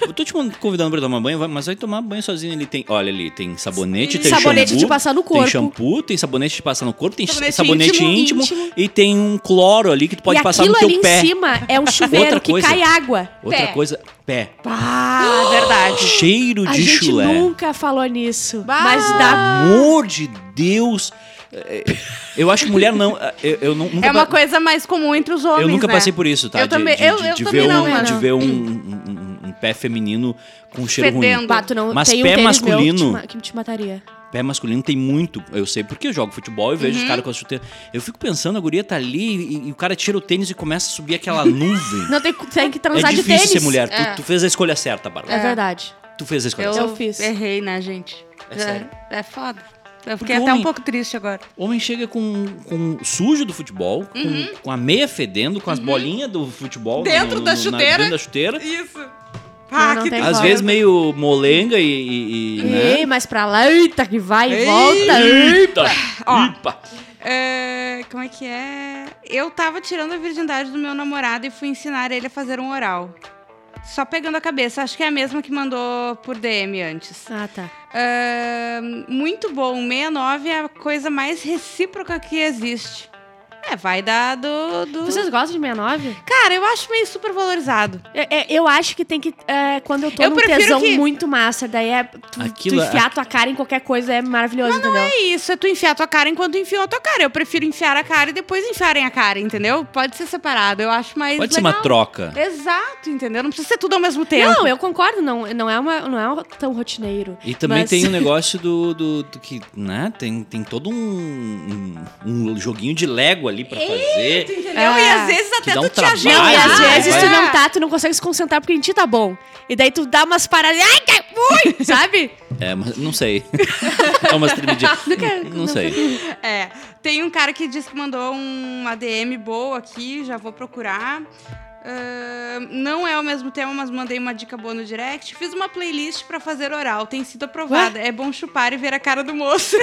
Speaker 3: Eu tô te convidando pra tomar banho, vai- mas vai tomar banho sozinho. Ele tem, olha ali, tem sabonete, tem
Speaker 2: Sabonete
Speaker 3: shampoo,
Speaker 2: de passar no corpo.
Speaker 3: Tem shampoo, tem sabonete de passar no corpo, tem
Speaker 1: Sabonete
Speaker 3: sabonete, sabonete
Speaker 2: íntimo,
Speaker 3: íntimo,
Speaker 2: íntimo.
Speaker 3: e tem um cloro ali que tu pode
Speaker 2: e
Speaker 3: passar
Speaker 2: aquilo
Speaker 3: no teu
Speaker 2: ali
Speaker 3: pé.
Speaker 2: em cima é um chuveiro
Speaker 3: Outra
Speaker 2: que
Speaker 3: coisa.
Speaker 2: cai água.
Speaker 3: Outra
Speaker 1: Pé.
Speaker 3: coisa, pé.
Speaker 1: Ah, verdade.
Speaker 3: Cheiro
Speaker 2: A
Speaker 3: de
Speaker 2: gente
Speaker 3: chulé.
Speaker 2: nunca falou nisso.
Speaker 1: Bah.
Speaker 2: Mas dá.
Speaker 3: Amor de Deus. É, Eu acho que mulher não. Eu, eu nu- nunca,
Speaker 1: É uma
Speaker 3: pa-
Speaker 1: coisa mais comum entre os homens.
Speaker 3: eu nunca
Speaker 1: né?
Speaker 3: passei por isso, tá?
Speaker 1: Eu
Speaker 3: de,
Speaker 1: também-
Speaker 3: de,
Speaker 1: eu-
Speaker 3: de-
Speaker 1: eu
Speaker 3: de
Speaker 1: também
Speaker 3: ver
Speaker 1: não,
Speaker 3: um,
Speaker 1: não.
Speaker 3: de ver um, um- um- um pé feminino com cheiro ruim.
Speaker 1: Fedendo.
Speaker 2: Bah, tu não
Speaker 3: Mas
Speaker 2: tem um
Speaker 3: pé
Speaker 2: tênis meu que te
Speaker 3: masculino-
Speaker 2: ma- que te mataria.
Speaker 3: Pé masculino tem muito. Eu sei porque eu jogo futebol e vejo os caras com a chuteira. Eu fico pensando, a guria tá ali e, e o cara tira o tênis e começa a subir aquela nuvem.
Speaker 2: Não tem, tem que
Speaker 3: é
Speaker 2: transar de
Speaker 3: difícil
Speaker 2: tênis.
Speaker 3: ser mulher. Tu-
Speaker 1: É.
Speaker 3: Tu, fez a escolha certa,
Speaker 2: É,
Speaker 3: Bárbara.
Speaker 2: verdade.
Speaker 3: Tu fez a escolha
Speaker 1: Eu,
Speaker 3: certa.
Speaker 2: Eu fiz.
Speaker 1: Errei, né, gente?
Speaker 3: É sério.
Speaker 1: é foda. Eu
Speaker 3: Porque
Speaker 1: fiquei até um
Speaker 3: homem-
Speaker 1: pouco triste agora.
Speaker 3: Homem chega com, com sujo do futebol, com, com a meia fedendo, com as bolinhas do futebol no-
Speaker 1: Dentro
Speaker 3: no-
Speaker 1: da
Speaker 3: no- na-
Speaker 1: chuteira.
Speaker 3: dentro da chuteira.
Speaker 1: Isso. Pá,
Speaker 2: não
Speaker 1: que
Speaker 2: tem
Speaker 1: tem-
Speaker 3: Às
Speaker 2: igual.
Speaker 3: vezes meio molenga e. e- e, né?
Speaker 2: Ei, mas pra lá, eita, que vai e
Speaker 1: Ei.
Speaker 2: volta.
Speaker 3: Eita!
Speaker 1: Ó.
Speaker 3: Ipa!
Speaker 1: É, como é que é? Eu tava tirando a virgindade do meu namorado e fui ensinar ele a fazer um oral. Só pegando a cabeça, acho que é a mesma que mandou por DM antes.
Speaker 2: Ah, tá.
Speaker 1: É, muito bom, 69 é a coisa mais recíproca que existe. É, vai dar do. do-
Speaker 2: Vocês gostam de 69?
Speaker 1: Cara, eu acho meio super valorizado.
Speaker 2: É, é, eu acho que tem que. é, quando eu tô
Speaker 1: Eu
Speaker 2: num
Speaker 1: prefiro
Speaker 2: tesão
Speaker 1: que-
Speaker 2: muito massa, daí é. Tu,
Speaker 3: Aquilo
Speaker 2: tu
Speaker 3: é-
Speaker 2: enfiar tua cara em qualquer coisa é maravilhoso, entendeu?
Speaker 1: É isso, é tu enfiar tua cara enquanto enfiou a tua cara. Eu prefiro enfiar a cara e depois enfiarem a cara, entendeu? Pode ser separado, eu acho mais.
Speaker 3: Pode ser
Speaker 1: legal.
Speaker 3: uma troca.
Speaker 1: Exato, entendeu? Não precisa ser tudo ao mesmo tempo.
Speaker 2: Não, eu concordo, não, não, é, uma, não é uma- tão rotineiro.
Speaker 3: E também
Speaker 2: Mas-
Speaker 3: tem um- o negócio do, do, do que, né? Tem, tem todo um, um, um joguinho de Lego ali pra fazer.
Speaker 1: Entendeu?
Speaker 2: É.
Speaker 1: E às vezes até
Speaker 3: dá
Speaker 1: tu
Speaker 3: um
Speaker 1: te
Speaker 3: trabalho,
Speaker 1: ajuda.
Speaker 2: Não, e
Speaker 3: Vai,
Speaker 2: às
Speaker 3: vai,
Speaker 2: vezes
Speaker 3: vai.
Speaker 2: tu não tá, tu não consegue se concentrar porque em ti tá bom. E daí tu dá umas paradas. Ai, que- ui, sabe?
Speaker 3: É, mas não sei. é umas tremidinhas.
Speaker 2: quero-
Speaker 3: não,
Speaker 2: Ah, não
Speaker 3: sei.
Speaker 1: É. Tem um cara que disse que mandou um ADM boa aqui, já vou procurar. Ahn, não é o mesmo tema, mas mandei uma dica boa no direct. Fiz uma playlist pra fazer oral, tem sido aprovada. É bom chupar e ver a cara do moço.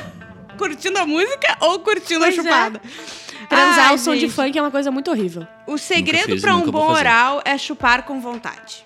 Speaker 1: curtindo a música ou curtindo
Speaker 2: Pois
Speaker 1: a
Speaker 2: é.
Speaker 1: chupada?
Speaker 2: Transar
Speaker 1: Ai,
Speaker 2: o som de
Speaker 1: gente.
Speaker 2: funk é uma coisa muito horrível.
Speaker 1: O segredo
Speaker 3: fiz,
Speaker 1: pra um
Speaker 3: nunca vou
Speaker 1: bom
Speaker 3: fazer.
Speaker 1: oral é chupar com vontade.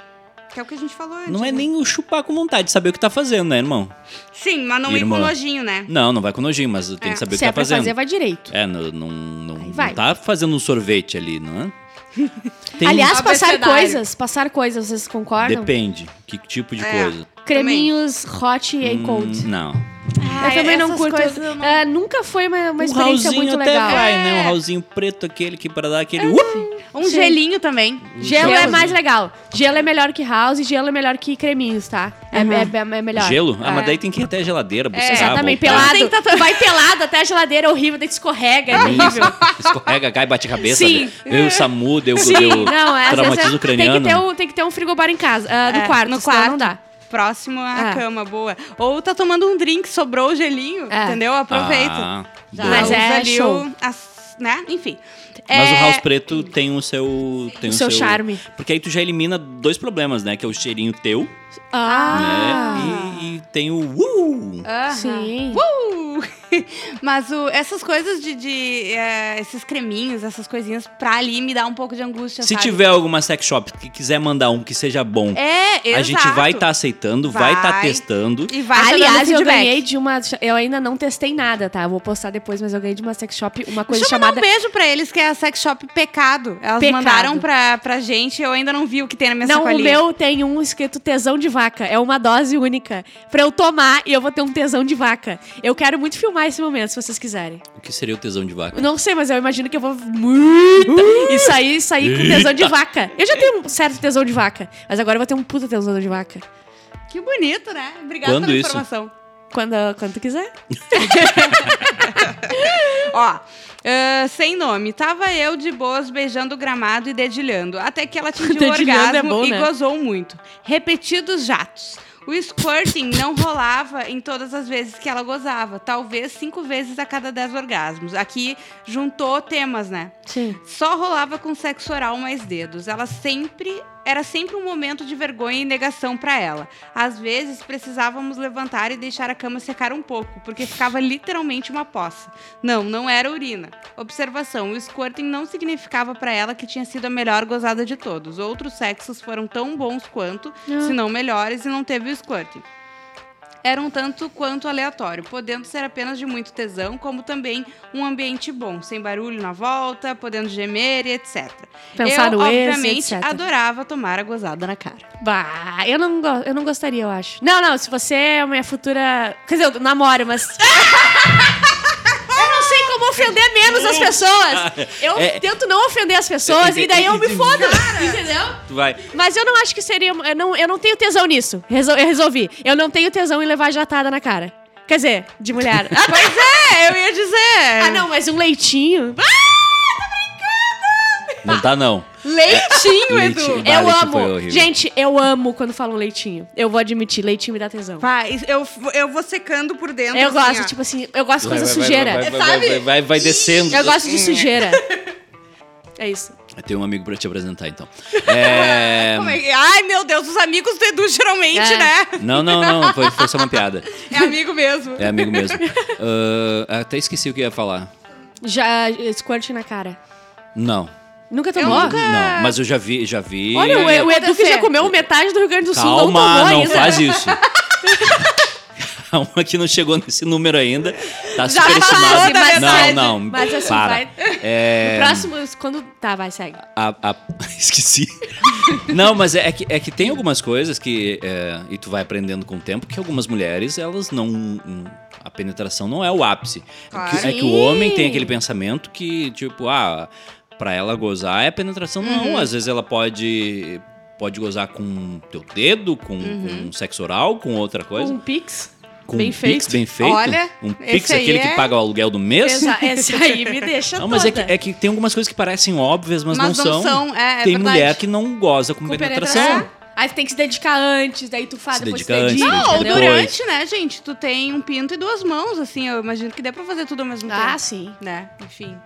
Speaker 1: Que é o que a gente falou antes.
Speaker 3: Não é
Speaker 1: né?
Speaker 3: nem o chupar com vontade, saber o que tá fazendo, né, irmão?
Speaker 1: Sim, mas não ir com
Speaker 3: Irmã.
Speaker 1: nojinho, né?
Speaker 3: Não, não vai com nojinho, mas tem
Speaker 1: É,
Speaker 3: que saber o
Speaker 2: Se
Speaker 3: que
Speaker 2: é
Speaker 3: tá
Speaker 2: pra
Speaker 3: fazendo.
Speaker 2: fazer, vai direito.
Speaker 3: É, não, não, não,
Speaker 2: Aí
Speaker 3: não
Speaker 2: vai.
Speaker 3: tá fazendo um sorvete ali, não é? Tem-
Speaker 2: Aliás, passar
Speaker 1: Abecedário.
Speaker 2: coisas, passar coisas, vocês concordam?
Speaker 3: depende. Que tipo de
Speaker 1: É.
Speaker 3: coisa?
Speaker 2: Creminhos hot e cold.
Speaker 3: Hum, não.
Speaker 2: É, Ah, Eu também não
Speaker 1: essas
Speaker 2: curto.
Speaker 1: coisas eu não-
Speaker 2: É, nunca foi uma, uma
Speaker 3: um
Speaker 2: experiência
Speaker 3: rauzinho
Speaker 2: muito
Speaker 3: até
Speaker 2: legal. É
Speaker 3: vai, né?
Speaker 1: É.
Speaker 3: Um rauzinho preto aquele que pra dar aquele... Uh!
Speaker 1: Um
Speaker 2: Sim.
Speaker 1: gelinho também.
Speaker 2: Gelo é
Speaker 3: Gelzinho.
Speaker 2: mais legal. Gelo é melhor que house, gelo é melhor que creminhos, tá? É,
Speaker 1: Uhum.
Speaker 2: é- é- é melhor.
Speaker 3: Gelo? Ah,
Speaker 1: É.
Speaker 3: mas tá. daí tem que ir até a geladeira buscar,
Speaker 2: Exatamente,
Speaker 3: voltar.
Speaker 1: Não
Speaker 2: pelado.
Speaker 1: tem
Speaker 2: Tu vai pelado até a geladeira, é horrível, daí te escorrega, é horrível.
Speaker 3: Isso, Escorrega, cai, bate a cabeça.
Speaker 2: Sim.
Speaker 3: Deu o SAMU, deu
Speaker 2: Sim, não, é, às vezes
Speaker 3: traumatismo
Speaker 2: é-
Speaker 3: craniano.
Speaker 2: Tem que, ter um, tem que ter um frigobar em casa, ah, no
Speaker 1: É,
Speaker 2: quarto,
Speaker 1: no
Speaker 2: senão
Speaker 1: quarto.
Speaker 2: não dá.
Speaker 1: Próximo à
Speaker 2: É.
Speaker 1: cama, boa. Ou tá tomando um drink, sobrou o gelinho,
Speaker 2: É.
Speaker 1: entendeu? Aproveita.
Speaker 3: Ah,
Speaker 1: Já
Speaker 3: boa.
Speaker 2: Mas
Speaker 3: mas,
Speaker 1: usa
Speaker 2: é
Speaker 1: ali
Speaker 2: show.
Speaker 1: o- as- né? Enfim.
Speaker 3: o
Speaker 1: É,
Speaker 3: House Preto tem o seu... Tem
Speaker 2: O seu charme.
Speaker 3: Porque aí tu já elimina dois problemas, né? Que é o cheirinho teu,
Speaker 2: Ah,
Speaker 3: né? E, e tem o... Uh!
Speaker 1: aham.
Speaker 2: sim.
Speaker 1: Uh! Mas o- essas coisas de, de, é, esses creminhos, essas coisinhas pra ali me dá um pouco de angústia,
Speaker 3: Se
Speaker 1: sabe?
Speaker 3: tiver alguma sex shop que quiser mandar um que seja bom,
Speaker 1: É, exato.
Speaker 3: a gente vai tá estar aceitando, vai estar
Speaker 1: Vai.
Speaker 3: testando.
Speaker 1: E vai tá dando
Speaker 2: Aliás, eu
Speaker 1: feedback.
Speaker 2: ganhei de uma. Eu ainda não testei nada, tá? Eu vou postar depois, mas eu ganhei de uma sex shop uma coisa
Speaker 1: Deixa eu mandar
Speaker 2: chamada.
Speaker 1: um beijo pra eles, que é a sex shop Pecado. Elas
Speaker 2: Pecado.
Speaker 1: mandaram pra, pra gente, eu ainda não vi o que tem na minha
Speaker 2: Não, o
Speaker 1: sacolinha.
Speaker 2: meu tem um escrito tesão de vaca. É uma dose única. Pra eu tomar e eu vou ter um tesão de vaca. Eu quero muito filmar esse momento, se vocês quiserem.
Speaker 3: O que seria o tesão de vaca?
Speaker 2: Eu Não sei, mas eu imagino que eu vou muito e sair, sair com tesão de vaca. Eu já tenho um certo tesão de vaca, mas agora eu vou ter um puta tesão de vaca.
Speaker 1: Que bonito, né? Obrigada
Speaker 3: Quando
Speaker 1: pela
Speaker 3: isso?
Speaker 1: informação.
Speaker 2: Quando, quando tu quiser.
Speaker 1: Ó, ah, sem nome. Tava eu de boas beijando o gramado e dedilhando. Até que ela atingiu o
Speaker 2: Dedilhando
Speaker 1: orgasmo
Speaker 2: é bom,
Speaker 1: e
Speaker 2: né?
Speaker 1: gozou muito. Repetidos jatos. O squirting não rolava em todas as vezes que ela gozava. Talvez cinco vezes a cada dez orgasmos. Aqui juntou temas, né?
Speaker 2: Sim.
Speaker 1: Só rolava com sexo oral mais dedos. Ela sempre. Era sempre um momento de vergonha e negação pra ela. Às vezes precisávamos levantar e deixar a cama secar um pouco, porque ficava literalmente uma poça. Não, não era urina. Observação: o squirting não significava pra ela que tinha sido a melhor gozada de todos. Outros sexos foram tão bons quanto,
Speaker 2: Ah.
Speaker 1: se não melhores, e não teve o squirting era um tanto quanto aleatório, podendo ser apenas de muito tesão, como também um ambiente bom, sem barulho na volta, podendo gemer e etc.
Speaker 2: Pensar
Speaker 1: eu,
Speaker 2: o ex,
Speaker 1: obviamente,
Speaker 2: etc.
Speaker 1: adorava tomar a gozada na cara.
Speaker 2: Bah, eu não, go- eu não gostaria, eu acho. Não, não, se você é minha futura. Quer dizer, eu namoro, mas. eu não sei como ofender menos as pessoas. Eu
Speaker 3: É.
Speaker 2: tento não ofender as pessoas e daí eu me fodo, entendeu?
Speaker 3: Tu vai.
Speaker 2: Mas eu não acho que seria. Eu não, eu não tenho tesão nisso. Resol- eu resolvi. Eu não tenho tesão em levar jatada na cara. Quer dizer, de mulher. Ah,
Speaker 1: Pois é, eu ia dizer.
Speaker 2: ah, não, mas um leitinho. Ah,
Speaker 3: Não tá, não.
Speaker 1: Leitinho,
Speaker 3: Leite-
Speaker 1: Edu.
Speaker 3: Bah,
Speaker 2: eu
Speaker 3: leitinho foi
Speaker 2: amo.
Speaker 3: horrível.
Speaker 2: Gente, eu amo quando falam leitinho. Eu vou admitir, leitinho me dá tesão.
Speaker 1: Vai, eu, eu vou secando por dentro.
Speaker 2: Eu
Speaker 1: assim,
Speaker 2: gosto,
Speaker 1: ó.
Speaker 2: tipo assim, eu gosto de coisa
Speaker 3: Vai, vai,
Speaker 2: sujeira.
Speaker 3: Vai, vai, vai,
Speaker 1: Sabe?
Speaker 3: vai, vai, vai descendo.
Speaker 2: Eu gosto de sujeira. É isso.
Speaker 3: Eu tenho um amigo pra te apresentar, então. É...
Speaker 1: Como é que- Ai, meu Deus, os amigos do Edu geralmente,
Speaker 2: É.
Speaker 1: né?
Speaker 3: Não, não, não, foi, foi só uma piada.
Speaker 1: É amigo mesmo.
Speaker 3: É amigo mesmo. Ah, até esqueci o que eu ia falar.
Speaker 2: Já eh, squirt na cara.
Speaker 3: Não,
Speaker 2: Nunca tomou?
Speaker 1: nunca-
Speaker 3: não, mas eu já vi, já vi.
Speaker 2: Olha, o, o Edu que
Speaker 1: Acontecer.
Speaker 2: já comeu metade do Rio Grande do Sul não tomou
Speaker 3: Calma, não
Speaker 2: ainda.
Speaker 3: faz isso. Calma que não chegou nesse número ainda. Tá
Speaker 2: Já
Speaker 3: superestimado.
Speaker 2: passou da metade.
Speaker 3: Não, não.
Speaker 2: Mas assim,
Speaker 3: para.
Speaker 2: vai-
Speaker 3: É,
Speaker 2: Próximo, quando... Tá, vai, segue.
Speaker 3: a- a- Esqueci. Não, mas é, é que, é que tem algumas coisas que. é, e tu vai aprendendo com o tempo que algumas mulheres, elas não. hum, A penetração não é o ápice. É que-
Speaker 1: Claro.
Speaker 3: É que o
Speaker 2: Sim.
Speaker 3: homem tem aquele pensamento que, tipo, ah, pra ela gozar é penetração. Não, às vezes ela pode. Pode gozar com teu dedo, com, com um sexo oral, com outra coisa.
Speaker 2: Um pix.
Speaker 3: Com
Speaker 2: Bem
Speaker 3: um pix
Speaker 2: feito.
Speaker 3: bem feito.
Speaker 1: Olha,
Speaker 3: um
Speaker 1: esse
Speaker 3: pix,
Speaker 1: aí
Speaker 3: aquele que
Speaker 1: é-
Speaker 3: paga o aluguel do mês.
Speaker 2: Exa essa aí me deixa
Speaker 3: Não, mas é que,
Speaker 2: toda.
Speaker 3: é que tem algumas coisas que parecem óbvias, mas, não, são.
Speaker 1: é, é
Speaker 3: tem
Speaker 1: verdade.
Speaker 3: mulher que não goza com,
Speaker 2: Com É.
Speaker 3: penetração.
Speaker 2: Aí tu tem que se dedicar antes, daí tu faz,
Speaker 3: Se
Speaker 2: depois se
Speaker 3: dedica antes,
Speaker 2: dedica.
Speaker 3: se
Speaker 1: Não, ou
Speaker 3: Entendeu?
Speaker 1: durante, né, gente? Tu tem um pinto e duas mãos, assim. Eu imagino que dê pra fazer tudo ao mesmo
Speaker 2: Ah,
Speaker 1: tempo.
Speaker 2: sim.
Speaker 1: Né? Enfim.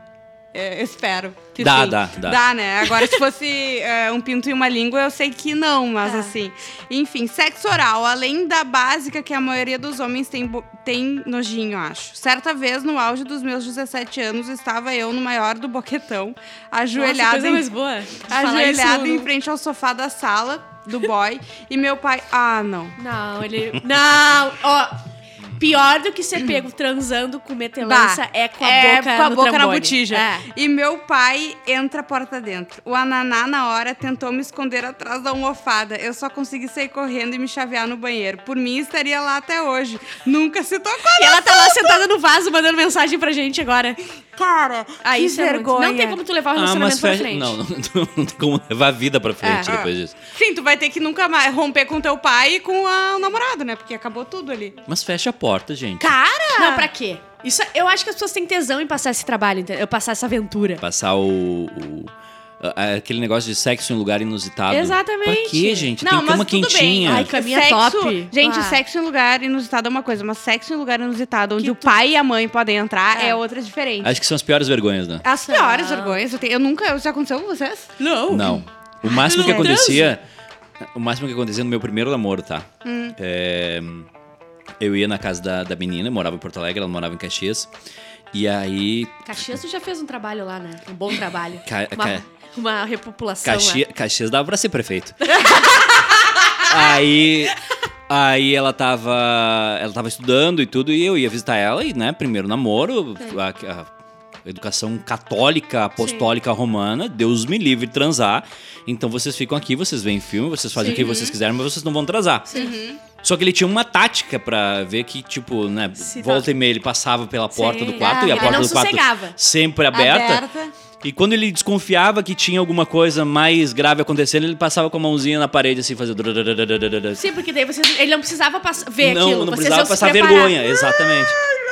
Speaker 1: É, eu espero. Que
Speaker 3: Dá,
Speaker 1: sim.
Speaker 3: dá, dá.
Speaker 1: Dá, né? Agora, se fosse é, um pinto e uma língua, eu sei que não, mas
Speaker 2: Tá.
Speaker 1: assim. Enfim, sexo oral, além da básica que a maioria dos homens tem, bo- tem nojinho, acho. Certa vez, no auge dos meus 17 anos, estava eu no maior do boquetão, ajoelhada
Speaker 2: Nossa, coisa
Speaker 1: em
Speaker 2: mais boa. De falar isso,
Speaker 1: ajoelhado em
Speaker 2: não-
Speaker 1: frente ao sofá da sala do boy e meu pai, ah, não.
Speaker 2: Não, ele... Não, ó... Pior do que ser pego transando com metelança
Speaker 1: Bah,
Speaker 2: é com a
Speaker 1: é
Speaker 2: boca
Speaker 1: com a
Speaker 2: no
Speaker 1: boca na
Speaker 2: trombone.
Speaker 1: botija.
Speaker 2: É.
Speaker 1: E meu pai entra a porta dentro. O ananá, na hora, tentou me esconder atrás da almofada. Eu só consegui sair correndo e me chavear no banheiro. Por mim, estaria lá até hoje. Nunca se tocou.
Speaker 2: E ela tá lá sentada no vaso, mandando mensagem pra gente agora.
Speaker 1: Cara,
Speaker 2: Ah,
Speaker 1: que
Speaker 2: isso é muito-
Speaker 1: vergonha.
Speaker 2: Não tem como tu levar o
Speaker 3: Ah,
Speaker 2: relacionamento
Speaker 3: mas
Speaker 2: pra
Speaker 3: fecha-
Speaker 2: frente.
Speaker 3: Não, não, não tem como levar a vida pra frente
Speaker 2: É.
Speaker 3: depois disso.
Speaker 1: Sim, tu vai ter que nunca mais romper com teu pai e com a- o namorado, né? Porque acabou tudo ali.
Speaker 3: Mas fecha a porta, gente.
Speaker 2: Cara!
Speaker 1: Ah.
Speaker 2: Não, pra quê? Isso, é- eu acho que as pessoas têm tesão em passar esse trabalho, entendeu? passar essa aventura.
Speaker 3: Passar o. o- a- aquele negócio de sexo em um lugar inusitado.
Speaker 2: Exatamente.
Speaker 3: Pra quê, gente?
Speaker 1: Não,
Speaker 3: tem
Speaker 1: mas
Speaker 3: cama
Speaker 1: tudo bem.
Speaker 3: quentinha.
Speaker 2: Ai, caminha top.
Speaker 1: Gente,
Speaker 2: Ah.
Speaker 1: sexo em lugar inusitado é uma coisa, mas sexo em lugar inusitado, onde
Speaker 2: Que
Speaker 1: o
Speaker 2: tu-
Speaker 1: pai e a mãe podem entrar, é,
Speaker 2: É.
Speaker 1: outra diferente.
Speaker 3: Acho que são as piores vergonhas, né?
Speaker 1: As piores
Speaker 2: Não.
Speaker 1: vergonhas. Eu, tenho- eu nunca. Já aconteceu com vocês?
Speaker 2: Não.
Speaker 3: Não. O máximo que
Speaker 2: não transa?
Speaker 3: acontecia. O máximo que acontecia no meu primeiro namoro, tá? É, eu ia na casa da, da menina, eu morava em Porto Alegre, ela morava em Caxias. E aí.
Speaker 2: Caxias, tu já fez um trabalho lá, né? Um bom trabalho.
Speaker 3: Ca-
Speaker 2: uma,
Speaker 3: ca-
Speaker 2: uma repopulação. né?
Speaker 3: Caxi, Caxias dava pra ser prefeito. aí. Aí ela tava. Ela tava estudando e tudo, e eu ia visitar ela, e, né, primeiro namoro, a, a educação católica, apostólica romana, Deus me livre de transar. Então vocês ficam aqui, vocês veem filme, vocês fazem o que vocês quiserem, mas vocês não vão transar. Só que ele tinha uma tática pra ver que, tipo, né,
Speaker 2: Se
Speaker 3: volta e meia ele passava pela porta
Speaker 2: Sim.
Speaker 3: do quarto
Speaker 2: Ah,
Speaker 3: e a
Speaker 2: ele
Speaker 3: porta
Speaker 2: não
Speaker 3: do quarto
Speaker 2: sossegava.
Speaker 3: sempre aberta. E quando ele desconfiava que tinha alguma coisa mais grave acontecendo, ele passava com a mãozinha na parede assim, fazendo. drararararara.
Speaker 2: Sim, porque daí você, ele não precisava pass- ver
Speaker 3: não,
Speaker 2: aquilo.
Speaker 3: não
Speaker 2: vocês
Speaker 3: precisava
Speaker 2: iam se
Speaker 3: passar
Speaker 2: preparar.
Speaker 3: vergonha, exatamente.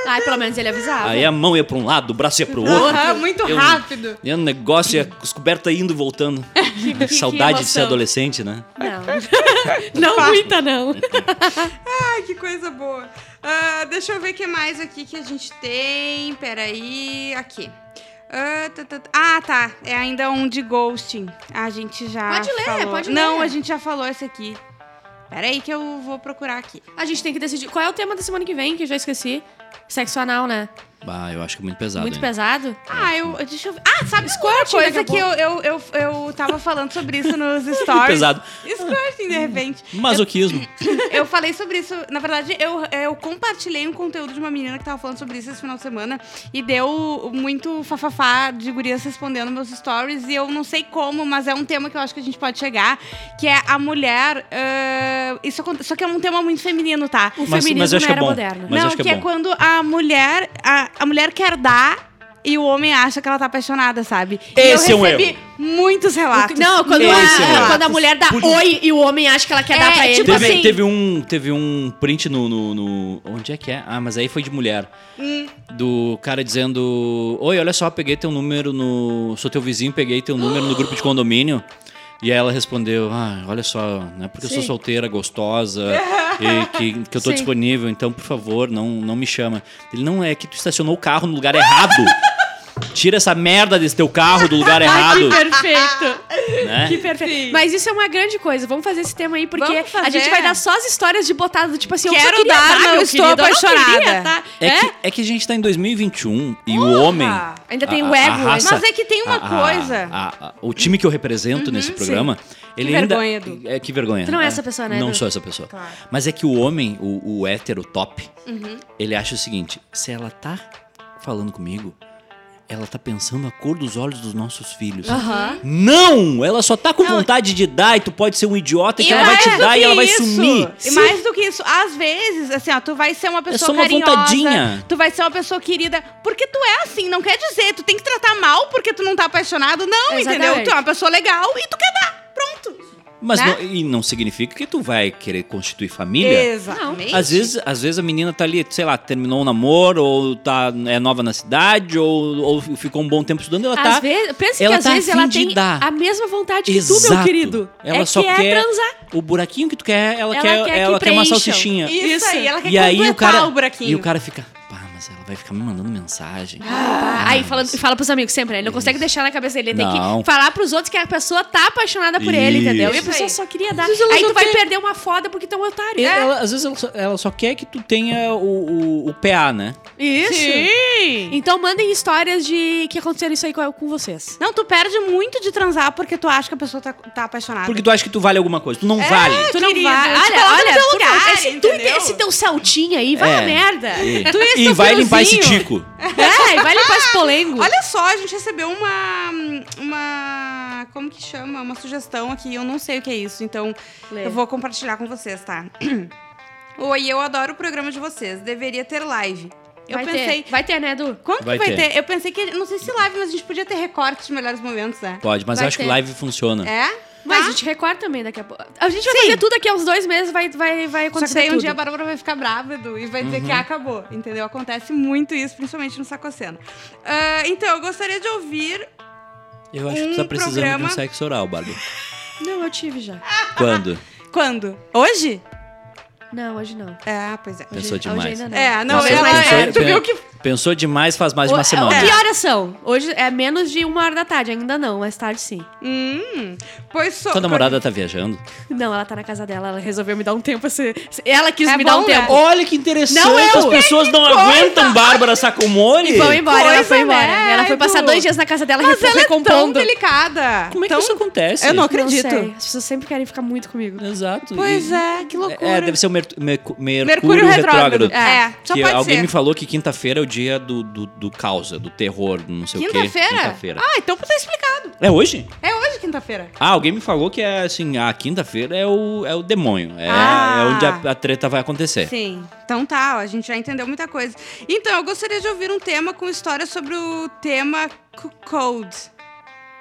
Speaker 2: Ai, pelo menos ele avisava.
Speaker 3: Aí a mão ia pra um lado, o braço ia pro outro.
Speaker 1: Aham, muito
Speaker 3: Eu-
Speaker 1: rápido.
Speaker 3: E o negócio ia descoberta indo e voltando.
Speaker 2: que- que
Speaker 3: Saudade de ser
Speaker 2: emoção.
Speaker 3: adolescente, né?
Speaker 2: Não. não muita, não.
Speaker 1: Ai, que coisa boa. Ah, deixa eu ver o que mais aqui que a gente tem. Peraí. Aqui. Ah, tá, tá, tá. Ah, tá. É ainda um de ghosting. A gente já.
Speaker 2: Pode ler,
Speaker 1: falou.
Speaker 2: pode
Speaker 1: Não,
Speaker 2: ler.
Speaker 1: a gente já falou esse aqui. Peraí, que eu vou procurar aqui.
Speaker 2: A gente tem que decidir. Qual é o tema da semana que vem, que eu já esqueci? Sexo anal, né?
Speaker 3: Bah, eu acho que é muito pesado.
Speaker 2: Muito
Speaker 3: hein?
Speaker 2: pesado?
Speaker 1: Ah, eu. Deixa eu ver. Ah, sabe, Squirt?
Speaker 2: Squirting,
Speaker 1: Coisa que
Speaker 2: daqui
Speaker 1: eu,
Speaker 2: a
Speaker 1: eu, eu, eu tava falando sobre isso nos
Speaker 3: Muito
Speaker 1: stories.
Speaker 3: pesado.
Speaker 1: Squirting, de repente.
Speaker 3: Masoquismo.
Speaker 1: Eu falei sobre isso. Na verdade, eu, eu compartilhei um conteúdo de uma menina que tava falando sobre isso esse final de semana. E deu muito fafafá de gurias respondendo meus stories. E eu não sei como, mas é um tema que eu acho que a gente pode chegar. Que é a mulher. ah, isso, aconte- só que é um tema muito feminino, tá?
Speaker 2: O
Speaker 3: Mas-
Speaker 2: feminismo
Speaker 3: mas eu acho que é
Speaker 2: era
Speaker 3: bom.
Speaker 2: moderno.
Speaker 3: Mas
Speaker 1: não,
Speaker 3: acho que é
Speaker 1: é
Speaker 3: bom.
Speaker 1: quando a mulher. A, a mulher quer dar. E o homem acha que ela tá apaixonada, sabe? E
Speaker 3: Esse é
Speaker 1: eu
Speaker 3: um
Speaker 1: recebi
Speaker 3: erro.
Speaker 1: muitos relatos.
Speaker 2: Não, quando,
Speaker 3: Esse é o
Speaker 2: a,
Speaker 3: erro.
Speaker 2: quando a mulher dá
Speaker 3: Por-
Speaker 2: oi e o homem acha que ela quer
Speaker 1: É,
Speaker 2: dar pra ele.
Speaker 1: tipo
Speaker 3: teve,
Speaker 1: assim-
Speaker 3: teve um, teve um print no, no- no- Onde é que é? Ah, mas aí foi de mulher.
Speaker 2: Hum.
Speaker 3: Do cara dizendo: Oi, olha só, peguei teu número no. Sou teu vizinho, peguei teu número no grupo de condomínio. E aí ela respondeu: Ah, olha só, não é porque eu sou
Speaker 2: Sim.
Speaker 3: solteira, gostosa, e que, que eu tô
Speaker 2: Sim.
Speaker 3: disponível, então por favor, não, não me chama. Ele não é que tu estacionou o carro no lugar errado. Tira essa merda desse teu carro do lugar
Speaker 2: Ai, que
Speaker 3: um errado,
Speaker 2: perfeito.
Speaker 3: né?
Speaker 2: Que perfeito.
Speaker 1: Sim.
Speaker 2: Mas isso é uma grande coisa. Vamos fazer esse tema aí, porque
Speaker 1: Vamos fazer.
Speaker 2: a gente vai dar só as histórias de botada, do tipo assim, eu só
Speaker 1: Quero
Speaker 2: queria
Speaker 1: dar,
Speaker 2: dar,
Speaker 1: não
Speaker 2: meu
Speaker 1: estou
Speaker 2: querido, eu não queria,
Speaker 1: apaixonada.
Speaker 2: tá?
Speaker 3: É,
Speaker 2: É?
Speaker 3: Que, é que a gente tá em 2021 e o homem. Ah,
Speaker 2: Ainda tem
Speaker 3: a-
Speaker 2: o
Speaker 3: a- a
Speaker 2: ego, né?
Speaker 3: raça-
Speaker 1: Mas é que tem uma
Speaker 3: a- a-
Speaker 1: coisa. Uhum,
Speaker 3: a- a- o time que eu represento nesse programa, ele
Speaker 1: Que
Speaker 3: ainda.
Speaker 1: vergonha, Edu.
Speaker 3: É, que vergonha.
Speaker 2: Tu não é
Speaker 3: né?
Speaker 2: essa pessoa, né,
Speaker 3: Não
Speaker 2: Edu?
Speaker 3: sou essa pessoa.
Speaker 1: Claro.
Speaker 3: Mas é que o homem, o, o hétero top,
Speaker 1: Uhum.
Speaker 3: ele acha o seguinte: se ela tá falando comigo, ela tá pensando a cor dos olhos dos nossos filhos.
Speaker 1: Ah.
Speaker 2: Aham.
Speaker 3: Não! Ela só tá com vontade de dar e tu pode ser um idiota que ela vai
Speaker 1: mais
Speaker 3: te
Speaker 1: do
Speaker 3: dar e
Speaker 1: que
Speaker 3: ela vai
Speaker 1: isso,
Speaker 3: sumir. é
Speaker 1: E mais do que isso, às vezes, assim, ó, tu vai ser uma pessoa
Speaker 3: só uma
Speaker 1: carinhosa,
Speaker 3: vontadinha.
Speaker 1: tu vai ser uma pessoa querida, porque tu é assim, não quer dizer, tu tem que tratar mal porque tu não tá apaixonado, não,
Speaker 2: Exatamente.
Speaker 1: entendeu? Tu é uma pessoa legal e tu quer dar, pronto.
Speaker 3: Mas
Speaker 1: né?
Speaker 3: não, e não significa que tu vai querer constituir família.
Speaker 1: Exatamente.
Speaker 3: Às vezes, às vezes a menina tá ali, sei lá, terminou um namoro, ou tá, é nova na cidade, ou, ou ficou um bom tempo estudando, ela tá.
Speaker 2: Às vezes, pensa que
Speaker 3: ela
Speaker 2: às
Speaker 3: tá
Speaker 2: vezes
Speaker 3: afim
Speaker 2: ela
Speaker 3: de
Speaker 2: tem
Speaker 3: dar.
Speaker 2: a mesma vontade que tu, meu
Speaker 3: Exato.
Speaker 2: querido.
Speaker 3: Ela
Speaker 2: é
Speaker 3: só
Speaker 2: que é
Speaker 3: quer-
Speaker 2: transar.
Speaker 3: O buraquinho que tu quer,
Speaker 2: Ela
Speaker 3: ela, quer,
Speaker 2: quer que
Speaker 3: ela quer uma
Speaker 2: preencham.
Speaker 3: salsichinha.
Speaker 1: Isso,
Speaker 2: Isso.
Speaker 1: aí, ela quer
Speaker 3: E aí o
Speaker 1: completar
Speaker 3: cara.
Speaker 1: o buraquinho.
Speaker 3: e o cara fica. Pá, mas ela vai ficar me mandando mensagem.
Speaker 2: Ah, aí fala, fala pros amigos sempre, né? Ele não consegue deixar na cabeça dele. Ele tem
Speaker 3: Não.
Speaker 2: que falar pros outros que a pessoa tá apaixonada por ele,
Speaker 3: Isso.
Speaker 2: entendeu? E a
Speaker 1: Isso
Speaker 2: pessoa
Speaker 1: aí.
Speaker 2: só queria dar.
Speaker 3: Às vezes ela
Speaker 2: Aí
Speaker 3: só
Speaker 2: tu vai
Speaker 3: quer-
Speaker 2: perder uma foda porque tu é um otário.
Speaker 3: Ela- às vezes ela só, ela só quer que tu tenha o, o, o PA, né?
Speaker 2: Isso.
Speaker 1: Sim.
Speaker 2: Então mandem histórias de que aconteceram isso aí com, com vocês.
Speaker 1: Não, tu perde muito de transar porque tu acha que a pessoa tá, tá apaixonada.
Speaker 3: Porque tu acha que tu vale alguma coisa. Tu não vale.
Speaker 2: Tu não
Speaker 1: querido,
Speaker 2: vai.
Speaker 1: te
Speaker 2: Olha,
Speaker 1: coloca no
Speaker 2: olha,
Speaker 1: teu
Speaker 2: por
Speaker 1: lugar,
Speaker 2: favor, esse, tu,
Speaker 1: entendeu?
Speaker 2: esse teu saltinho aí, vai
Speaker 3: É.
Speaker 2: a merda.
Speaker 3: E,
Speaker 2: Tu esse
Speaker 3: e
Speaker 2: teu
Speaker 3: vai limpar esse
Speaker 2: friozinho.
Speaker 3: tico.
Speaker 2: É, e vai limpar esse polengo.
Speaker 1: Olha só, a gente recebeu uma. Uma. Como que chama? Uma sugestão aqui, eu não sei o que é isso, então
Speaker 2: Lê.
Speaker 1: eu vou compartilhar com vocês, tá? Oi, eu adoro o programa de vocês. Deveria ter live. Eu
Speaker 2: vai
Speaker 1: pensei.
Speaker 2: Ter. Vai ter, né, Edu?
Speaker 1: Quando
Speaker 3: Vai
Speaker 1: que vai
Speaker 3: ter.
Speaker 1: ter. Eu pensei que. Não sei se live, mas a gente podia ter recortes de melhores momentos, né?
Speaker 3: Pode, mas
Speaker 2: Vai
Speaker 3: eu acho
Speaker 2: ter.
Speaker 3: que live funciona.
Speaker 1: É?
Speaker 2: Mas
Speaker 1: Tá?
Speaker 2: a gente recorda também daqui a pouco. A gente vai fazer tudo aqui aos dois meses, vai, vai, vai
Speaker 1: Só
Speaker 2: acontecer
Speaker 1: que daí
Speaker 2: tá tudo.
Speaker 1: um dia a Bárbara vai ficar brava, Edu, e vai dizer que ah, acabou, entendeu? Acontece muito isso, principalmente no Sacocena. Ah, então, eu gostaria de ouvir...
Speaker 3: Eu acho que
Speaker 1: Um
Speaker 3: tu tá precisando
Speaker 1: programa-
Speaker 3: de um sexo oral, Bárbara.
Speaker 2: Não, eu tive já.
Speaker 3: Quando?
Speaker 1: Quando? Hoje?
Speaker 2: Não, hoje não.
Speaker 1: Ah, pois é.
Speaker 3: Pensou
Speaker 2: Hoje-
Speaker 3: demais.
Speaker 2: Hoje ainda não.
Speaker 1: É, não,
Speaker 3: Pensou-
Speaker 1: ela...
Speaker 3: pensou-
Speaker 1: é, tu
Speaker 3: pen-
Speaker 1: viu que...
Speaker 3: Pensou demais faz mais de
Speaker 2: O-
Speaker 3: uma semana.
Speaker 2: o- Que horas são? Hoje é menos de uma hora da tarde, ainda não, mais tarde sim.
Speaker 1: Hum, pois sou...
Speaker 3: Tua namorada tá viajando?
Speaker 2: Não, ela tá na casa dela, ela resolveu me dar um tempo. esse- esse- Ela quis
Speaker 1: É
Speaker 2: me dar
Speaker 1: bom,
Speaker 2: um
Speaker 1: né?
Speaker 2: tempo.
Speaker 3: Olha que interessante.
Speaker 2: Não, eu-
Speaker 3: As pessoas não aguentam Bárbara Sacomori.
Speaker 2: E
Speaker 1: é
Speaker 2: foi embora, ela
Speaker 1: coisa,
Speaker 2: foi embora.
Speaker 1: né,
Speaker 2: Ela foi passar
Speaker 1: Edu?
Speaker 2: dois dias na casa dela
Speaker 1: Mas
Speaker 2: re-
Speaker 1: ela é tão
Speaker 2: recompondo.
Speaker 1: delicada.
Speaker 3: Como é que
Speaker 1: tão...
Speaker 3: isso acontece?
Speaker 1: Eu não
Speaker 2: Não
Speaker 1: acredito.
Speaker 2: sei, As pessoas sempre querem ficar muito comigo.
Speaker 3: Exato.
Speaker 1: Pois
Speaker 3: E-
Speaker 1: é, que loucura.
Speaker 3: É, deve ser o merc- merc- Mercúrio,
Speaker 1: Mercúrio retrógrado.
Speaker 3: retrógrado.
Speaker 1: É, só
Speaker 3: que
Speaker 1: pode
Speaker 3: alguém
Speaker 1: ser.
Speaker 3: me falou que quinta-feira é o dia do, do, do causa, do terror, não sei o quê.
Speaker 1: Quinta-feira?
Speaker 3: Quinta-feira.
Speaker 1: ah, então tá explicado.
Speaker 3: É hoje?
Speaker 1: É hoje quinta-feira.
Speaker 3: Ah, alguém me falou que é assim, a quinta-feira é o, é o demônio. É,
Speaker 1: Ah.
Speaker 3: é onde a, a treta vai acontecer.
Speaker 1: Sim. Então tá, ó, a gente já entendeu muita coisa. Então, eu gostaria de ouvir um tema com história sobre o tema Cuckold.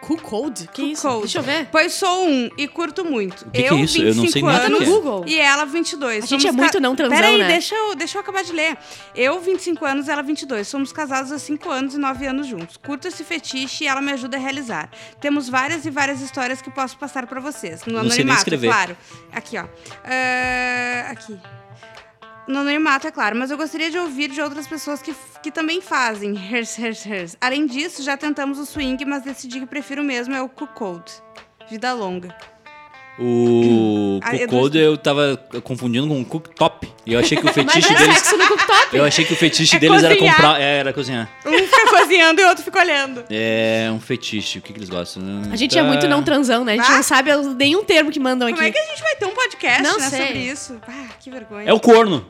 Speaker 2: Cuckold? Que isso?
Speaker 1: Cuckold.
Speaker 2: Deixa eu ver.
Speaker 1: Pois sou um e curto muito.
Speaker 3: que
Speaker 1: eu,
Speaker 3: que é isso? Eu não sei
Speaker 1: 25
Speaker 3: nem o
Speaker 2: Bota
Speaker 1: anos,
Speaker 2: no
Speaker 3: que é.
Speaker 2: Google.
Speaker 1: E ela, 22.
Speaker 2: A gente
Speaker 1: Somos
Speaker 2: é muito não transão,
Speaker 1: Peraí,
Speaker 2: né?
Speaker 1: deixa eu, deixa eu acabar de ler. Eu, 25 anos, ela, 22. Somos casados há 5 anos e 9 anos juntos. Curto esse fetiche e ela me ajuda a realizar. Temos várias e várias histórias que posso passar pra vocês. No
Speaker 3: Não sei
Speaker 1: anonimato,
Speaker 3: nem
Speaker 1: é
Speaker 3: escrever.
Speaker 1: claro. Aqui, ó. Ah, aqui. No anonimato, é claro, mas eu gostaria de ouvir de outras pessoas que, que também fazem. Hers, hers, hers. Além disso, já tentamos o swing, mas decidi que prefiro mesmo é o cuckold. Vida longa.
Speaker 3: O
Speaker 1: Ah, eu
Speaker 3: Cook Cold eu tava confundindo com o Cook Top. E eu achei que o
Speaker 2: Mas
Speaker 3: fetiche
Speaker 2: era
Speaker 3: deles.
Speaker 2: é sexo no cooktop.
Speaker 3: Eu achei que o fetiche
Speaker 1: É
Speaker 3: deles era
Speaker 1: cozinhar.
Speaker 3: comprar. é, Era cozinhar.
Speaker 1: Um fica cozinhando e o outro fica olhando.
Speaker 3: É um fetiche. O que, que eles gostam? Tá.
Speaker 2: A gente é
Speaker 3: Ah.
Speaker 2: muito não transão, né? A gente
Speaker 1: Ah.
Speaker 2: não sabe nenhum termo que mandam
Speaker 1: Como
Speaker 2: aqui.
Speaker 1: é que a gente vai ter um podcast
Speaker 2: Não
Speaker 1: né,
Speaker 2: sei.
Speaker 1: sobre isso? Ah, que vergonha.
Speaker 3: É o corno.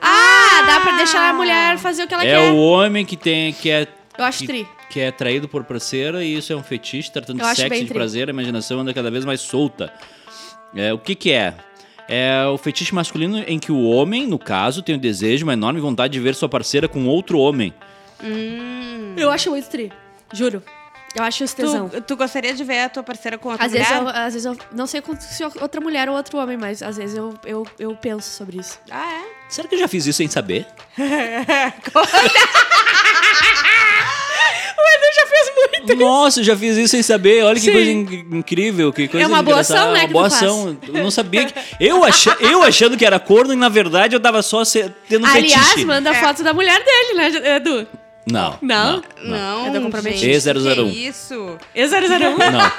Speaker 2: Ah, dá pra deixar a mulher fazer o que ela
Speaker 3: é
Speaker 2: quer.
Speaker 3: o homem que tem que é
Speaker 2: Eu acho
Speaker 3: que,
Speaker 2: tri.
Speaker 3: que é traído por parceira e isso é um fetiche tratando
Speaker 2: Eu
Speaker 3: de
Speaker 2: acho bem
Speaker 3: sexo, de
Speaker 2: tri.
Speaker 3: prazer, a imaginação anda cada vez mais solta. É, o que que é? É o fetiche masculino em que o homem, no caso, tem o desejo, uma enorme vontade de ver sua parceira com outro homem.
Speaker 2: Eu acho muito tri. Juro. Eu acho esse tesão.
Speaker 1: Tu, tu gostaria de ver a tua parceira com outra
Speaker 2: Às vezes,
Speaker 1: mulher?
Speaker 2: eu, às vezes eu não sei com- se outra mulher ou outro homem, mas às vezes eu, eu, eu penso sobre isso.
Speaker 1: Ah, é?
Speaker 3: Será que eu já fiz isso sem saber?
Speaker 2: Eu já fiz muito.
Speaker 3: Nossa, eu já fiz isso sem saber. Olha que
Speaker 2: Sim.
Speaker 3: coisa in- incrível, que coisa
Speaker 2: uma boa
Speaker 3: engraçada,
Speaker 2: ação, né,
Speaker 3: Uma
Speaker 2: que
Speaker 3: boa
Speaker 2: tu faz.
Speaker 3: ação. Eu não sabia que eu, acha- eu achando que era corno e na verdade eu tava só se- tendo um
Speaker 2: Aliás,
Speaker 1: É.
Speaker 3: fetiche.
Speaker 2: manda foto da mulher dele, né, Edu?
Speaker 3: Não.
Speaker 2: Não?
Speaker 3: Não.
Speaker 1: Não,
Speaker 2: Eu tô comprometida.
Speaker 1: gente,
Speaker 3: E001.
Speaker 1: que é isso?
Speaker 2: E001.
Speaker 3: Não, não.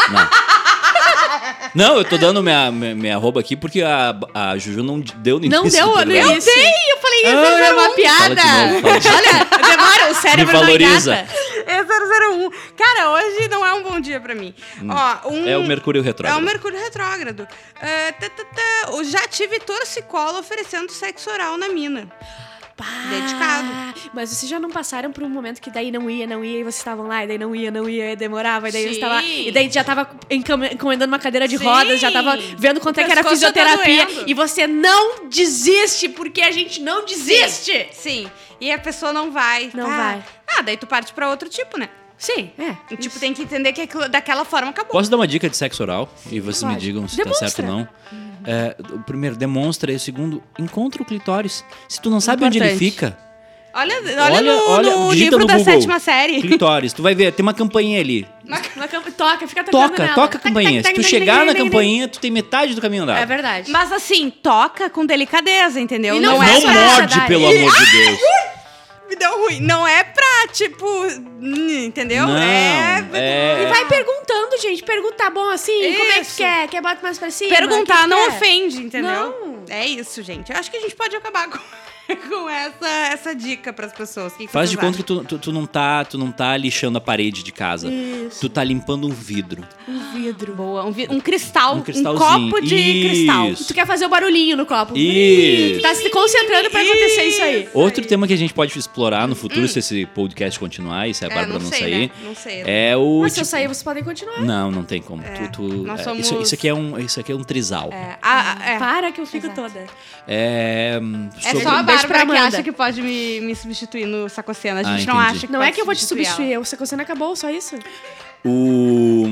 Speaker 3: Não, eu tô dando minha, minha, minha arroba aqui porque a, a Juju não deu nem
Speaker 2: Não deu
Speaker 3: Eu
Speaker 2: olho nisso.
Speaker 1: Ei, eu falei
Speaker 3: Ah,
Speaker 1: E001.
Speaker 3: era
Speaker 2: é uma
Speaker 3: Fala de novo, fala de novo.
Speaker 2: Olha, demora, o
Speaker 3: Me
Speaker 2: cérebro
Speaker 3: valoriza.
Speaker 2: não engata.
Speaker 1: E001. Cara, hoje não é um bom dia pra mim. Ó, um...
Speaker 3: É o Mercúrio
Speaker 1: É o
Speaker 3: Retrógrado.
Speaker 1: Mercúrio retrógrado. Ah, tá, tá, tá. Eu Já tive torcicola oferecendo sexo oral na mina.
Speaker 2: Pá.
Speaker 1: Dedicado.
Speaker 2: Ah, Mas vocês já não passaram por um momento que daí não ia, não ia, e vocês estavam lá, e daí não ia, não ia, e demorava, e daí
Speaker 1: Sim.
Speaker 2: você estava. E daí já tava encom- encomendando uma cadeira de
Speaker 1: Sim.
Speaker 2: rodas, já tava vendo quanto é que era
Speaker 1: Pescoço tá
Speaker 2: fisioterapia.
Speaker 1: doendo.
Speaker 2: e você não desiste, porque a gente não desiste!
Speaker 1: Sim. E a pessoa não vai.
Speaker 2: Não
Speaker 1: Ah,
Speaker 2: vai.
Speaker 1: Ah, daí tu parte pra outro tipo, né?
Speaker 2: Sim, é.
Speaker 1: E, Tipo, tem que entender que aquilo- daquela forma acabou.
Speaker 3: Posso dar uma dica de sexo oral? E vocês me
Speaker 2: pode.
Speaker 3: digam se
Speaker 2: Demonstra.
Speaker 3: tá certo ou não. É, o primeiro, demonstra. E o segundo, encontra o clitóris. Se tu não sabe onde ele
Speaker 2: Importante.
Speaker 3: fica,
Speaker 1: Olha, olha,
Speaker 3: olha,
Speaker 1: no,
Speaker 3: olha,
Speaker 1: no
Speaker 3: digita
Speaker 1: livro
Speaker 3: no
Speaker 1: da
Speaker 3: Google.
Speaker 1: sétima série.
Speaker 3: clitóris. Tu vai ver, tem uma campainha ali.
Speaker 2: Uma camp- Toca, fica tocando
Speaker 3: Toca,
Speaker 2: Tá nela. Tá,
Speaker 3: toca a
Speaker 2: Tac,
Speaker 3: campainha.
Speaker 2: tac,
Speaker 3: Se tu
Speaker 2: tac,
Speaker 3: chegar
Speaker 2: tac,
Speaker 3: na
Speaker 2: tac, tac,
Speaker 3: campainha, tu tem metade do caminho
Speaker 2: tac.
Speaker 3: andado.
Speaker 2: tá, É verdade.
Speaker 1: Mas assim, toca com delicadeza, entendeu?
Speaker 2: E
Speaker 3: Não,
Speaker 2: não é pra
Speaker 3: morde,
Speaker 2: dar-
Speaker 3: pelo amor de Deus.
Speaker 1: Me deu ruim. Não é pra, tipo, hum, entendeu?
Speaker 3: Não,
Speaker 1: é...
Speaker 3: é-
Speaker 2: E vai perguntando, gente. Pergunta, tá bom assim? Como é que tu
Speaker 1: Isso.
Speaker 2: quer? Quer bota mais pra cima?
Speaker 1: Perguntar
Speaker 2: O que que
Speaker 1: não
Speaker 2: quer?
Speaker 1: ofende, entendeu?
Speaker 2: Não.
Speaker 1: É isso, gente. Eu acho que a gente pode acabar com, com essa, essa dica pras pessoas. O Que que
Speaker 3: Faz de
Speaker 1: vocês
Speaker 3: conta que tu, tu, tu não tá, tu não tá lixando a parede de casa. Tu tá limpando um vidro.
Speaker 1: acham? Um vidro. Boa. Um, vi- um cristal.
Speaker 3: Um
Speaker 1: Um,
Speaker 3: cristalzinho.
Speaker 1: copo de
Speaker 3: Isso.
Speaker 1: cristal.
Speaker 2: Tu quer fazer o barulhinho no copo.
Speaker 3: Isso.
Speaker 2: Tá se concentrando pra acontecer isso aí. Hum.
Speaker 3: Outro tema que a gente pode explorar no futuro, se esse podcast continuar e se a
Speaker 1: É,
Speaker 3: Bárbara não,
Speaker 1: sei,
Speaker 3: sair,
Speaker 1: né? Não sei.
Speaker 3: é o.
Speaker 2: Mas se eu
Speaker 3: tipo-
Speaker 2: sair, vocês podem continuar.
Speaker 3: Não, não tem como. Tu- tu-
Speaker 1: nós
Speaker 3: é,
Speaker 1: somos-
Speaker 3: isso, isso aqui é um, isso aqui é um trisal. É,
Speaker 1: É, a- a- é.
Speaker 2: Para que eu fico
Speaker 1: Exato.
Speaker 2: toda.
Speaker 3: hum,
Speaker 1: É
Speaker 3: sobre-
Speaker 1: só a
Speaker 2: Um beijo pra
Speaker 1: Bárbara que
Speaker 2: Amanda.
Speaker 1: acha que pode me, me substituir no Sacocena. A
Speaker 3: Ah,
Speaker 1: gente não
Speaker 3: entendi.
Speaker 1: acha que
Speaker 2: Não
Speaker 1: pode
Speaker 2: é que eu vou te
Speaker 1: ela.
Speaker 2: substituir, eu- você não acabou, só isso?
Speaker 3: o.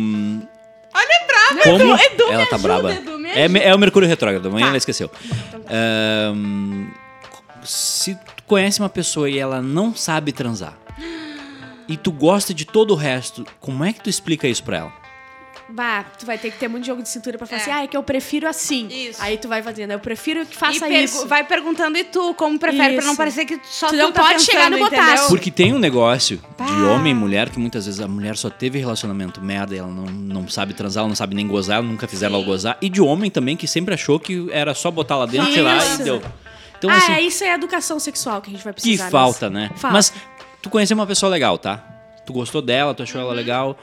Speaker 3: Olha, brava, como...
Speaker 1: é Edu, me
Speaker 3: Ela tá
Speaker 1: ajuda,
Speaker 3: brava.
Speaker 1: Edu, me
Speaker 3: É, me- é o Mercúrio Retrógrado, amanhã
Speaker 1: Tá.
Speaker 3: ela esqueceu. Hum, se tu conhece uma pessoa e ela não sabe transar, e tu gosta de todo o resto, como é que tu explica isso pra ela?
Speaker 2: Bah, tu vai ter que ter muito jogo de cintura pra falar
Speaker 1: É.
Speaker 2: assim, ah, é que eu prefiro assim.
Speaker 1: Isso.
Speaker 2: Aí tu vai fazendo, eu prefiro que
Speaker 1: E
Speaker 2: faça
Speaker 1: pergu-
Speaker 2: isso.
Speaker 1: vai perguntando e tu, como prefere, pra não
Speaker 2: Isso.
Speaker 1: parecer que só tu,
Speaker 2: Tu não
Speaker 1: tá
Speaker 2: pode chegar
Speaker 1: pensando,
Speaker 2: no
Speaker 1: entendeu?
Speaker 2: botaço.
Speaker 3: Porque tem um negócio de
Speaker 1: Pá.
Speaker 3: homem e mulher que muitas vezes a mulher só teve relacionamento merda, e ela não, não sabe transar, ela não sabe nem gozar, ela nunca fizeram ela gozar. E de homem também que sempre achou que era só botar lá dentro, tirar e
Speaker 2: Isso.
Speaker 3: deu. Então,
Speaker 2: ah,
Speaker 3: assim,
Speaker 2: é isso é a educação sexual que a gente vai
Speaker 3: que
Speaker 2: precisar. nessa-
Speaker 3: falta, né?
Speaker 2: Falta.
Speaker 3: Mas tu conheceu uma pessoa legal, tá? Tu gostou dela, tu achou ela
Speaker 2: Uhum.
Speaker 3: legal.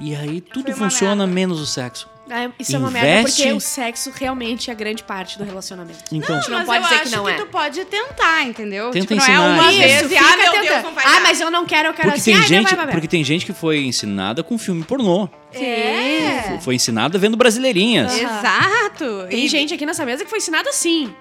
Speaker 3: E aí tudo
Speaker 1: Foi uma
Speaker 3: funciona menos o sexo.
Speaker 2: Ah, isso é uma merda,
Speaker 3: Investe.
Speaker 2: porque o sexo realmente é grande parte do relacionamento.
Speaker 3: Então,
Speaker 1: Não,
Speaker 2: não
Speaker 1: mas
Speaker 2: pode
Speaker 1: eu
Speaker 2: dizer que
Speaker 1: acho
Speaker 2: não
Speaker 1: que
Speaker 2: é.
Speaker 1: tu pode tentar, entendeu?
Speaker 3: Tenta
Speaker 1: tipo, não
Speaker 3: ensinar,
Speaker 1: é uma
Speaker 3: gente.
Speaker 1: vez e, ah, meu
Speaker 2: tenta.
Speaker 1: Deus, não vai
Speaker 2: ah,
Speaker 1: dar.
Speaker 2: mas eu não quero, eu quero
Speaker 3: porque
Speaker 2: assim.
Speaker 3: tem
Speaker 2: ah,
Speaker 3: gente,
Speaker 2: não vai, vai, vai.
Speaker 3: porque tem gente que foi ensinada com filme pornô.
Speaker 1: É.
Speaker 3: Foi ensinada vendo brasileirinhas.
Speaker 2: Aham.
Speaker 1: Exato.
Speaker 2: Tem
Speaker 1: E-
Speaker 2: gente aqui nessa mesa que foi ensinada assim.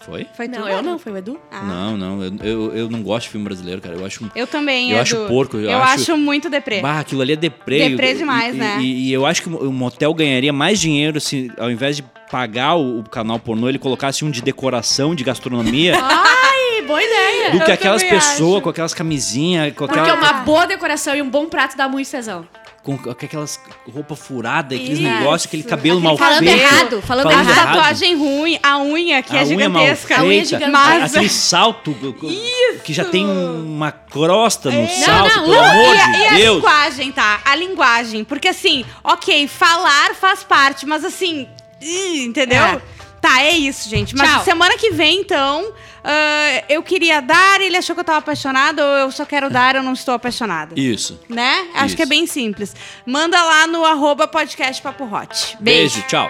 Speaker 3: Foi?
Speaker 1: Foi tu,
Speaker 2: não, eu
Speaker 1: Bárbara?
Speaker 2: não, foi o Edu.
Speaker 1: Ah.
Speaker 3: Não, não. Eu, eu, eu não gosto de filme brasileiro, cara. Eu acho um
Speaker 1: Eu também,
Speaker 3: Eu
Speaker 1: Edu.
Speaker 3: acho porco, eu acho-
Speaker 1: acho... muito deprê.
Speaker 3: Bah, aquilo ali é deprê.
Speaker 1: Deprê
Speaker 3: Eu-
Speaker 1: demais,
Speaker 3: e,
Speaker 1: né?
Speaker 3: E, e eu acho que o motel ganharia mais dinheiro se, ao invés de pagar o, o canal pornô, ele colocasse um de decoração, de gastronomia,
Speaker 2: Ai, boa ideia.
Speaker 3: do que
Speaker 1: Ah, eu
Speaker 3: aquelas
Speaker 1: também
Speaker 3: pessoas
Speaker 1: acho.
Speaker 3: com aquelas camisinhas, com,
Speaker 2: Porque é
Speaker 3: aquela-
Speaker 2: uma boa decoração e um bom prato dá muito tesão.
Speaker 3: com, com aquelas roupa furada, aqueles
Speaker 1: Isso.
Speaker 3: negócios, aquele cabelo mal
Speaker 2: Aquele falando
Speaker 3: feito.
Speaker 2: errado, falando
Speaker 1: A
Speaker 3: errado.
Speaker 1: tatuagem ruim, a unha que
Speaker 3: a
Speaker 1: é
Speaker 3: unha mal
Speaker 1: gigantesca.
Speaker 3: feita, Assim,
Speaker 2: a unha é gigante.
Speaker 3: a-
Speaker 1: Mas-
Speaker 3: aquele salto Isso. que já tem uma crosta no salto,
Speaker 2: não,
Speaker 3: pelo
Speaker 2: não,
Speaker 3: amor
Speaker 1: É. e, a,
Speaker 3: de
Speaker 1: e a
Speaker 3: Deus.
Speaker 1: linguagem, tá? A linguagem. Porque assim, ok, falar faz parte, mas assim, ih, entendeu?
Speaker 2: É.
Speaker 1: Tá, é isso, gente. Mas
Speaker 2: Tchau.
Speaker 1: semana que vem, então, ah, eu queria dar, ele achou que eu tava apaixonada, ou eu só quero dar, eu não estou apaixonada.
Speaker 3: Isso.
Speaker 1: Né? Acho
Speaker 3: Isso.
Speaker 1: que é bem simples. Manda lá no arroba podcast Papo Hot.
Speaker 3: Beijo, tchau.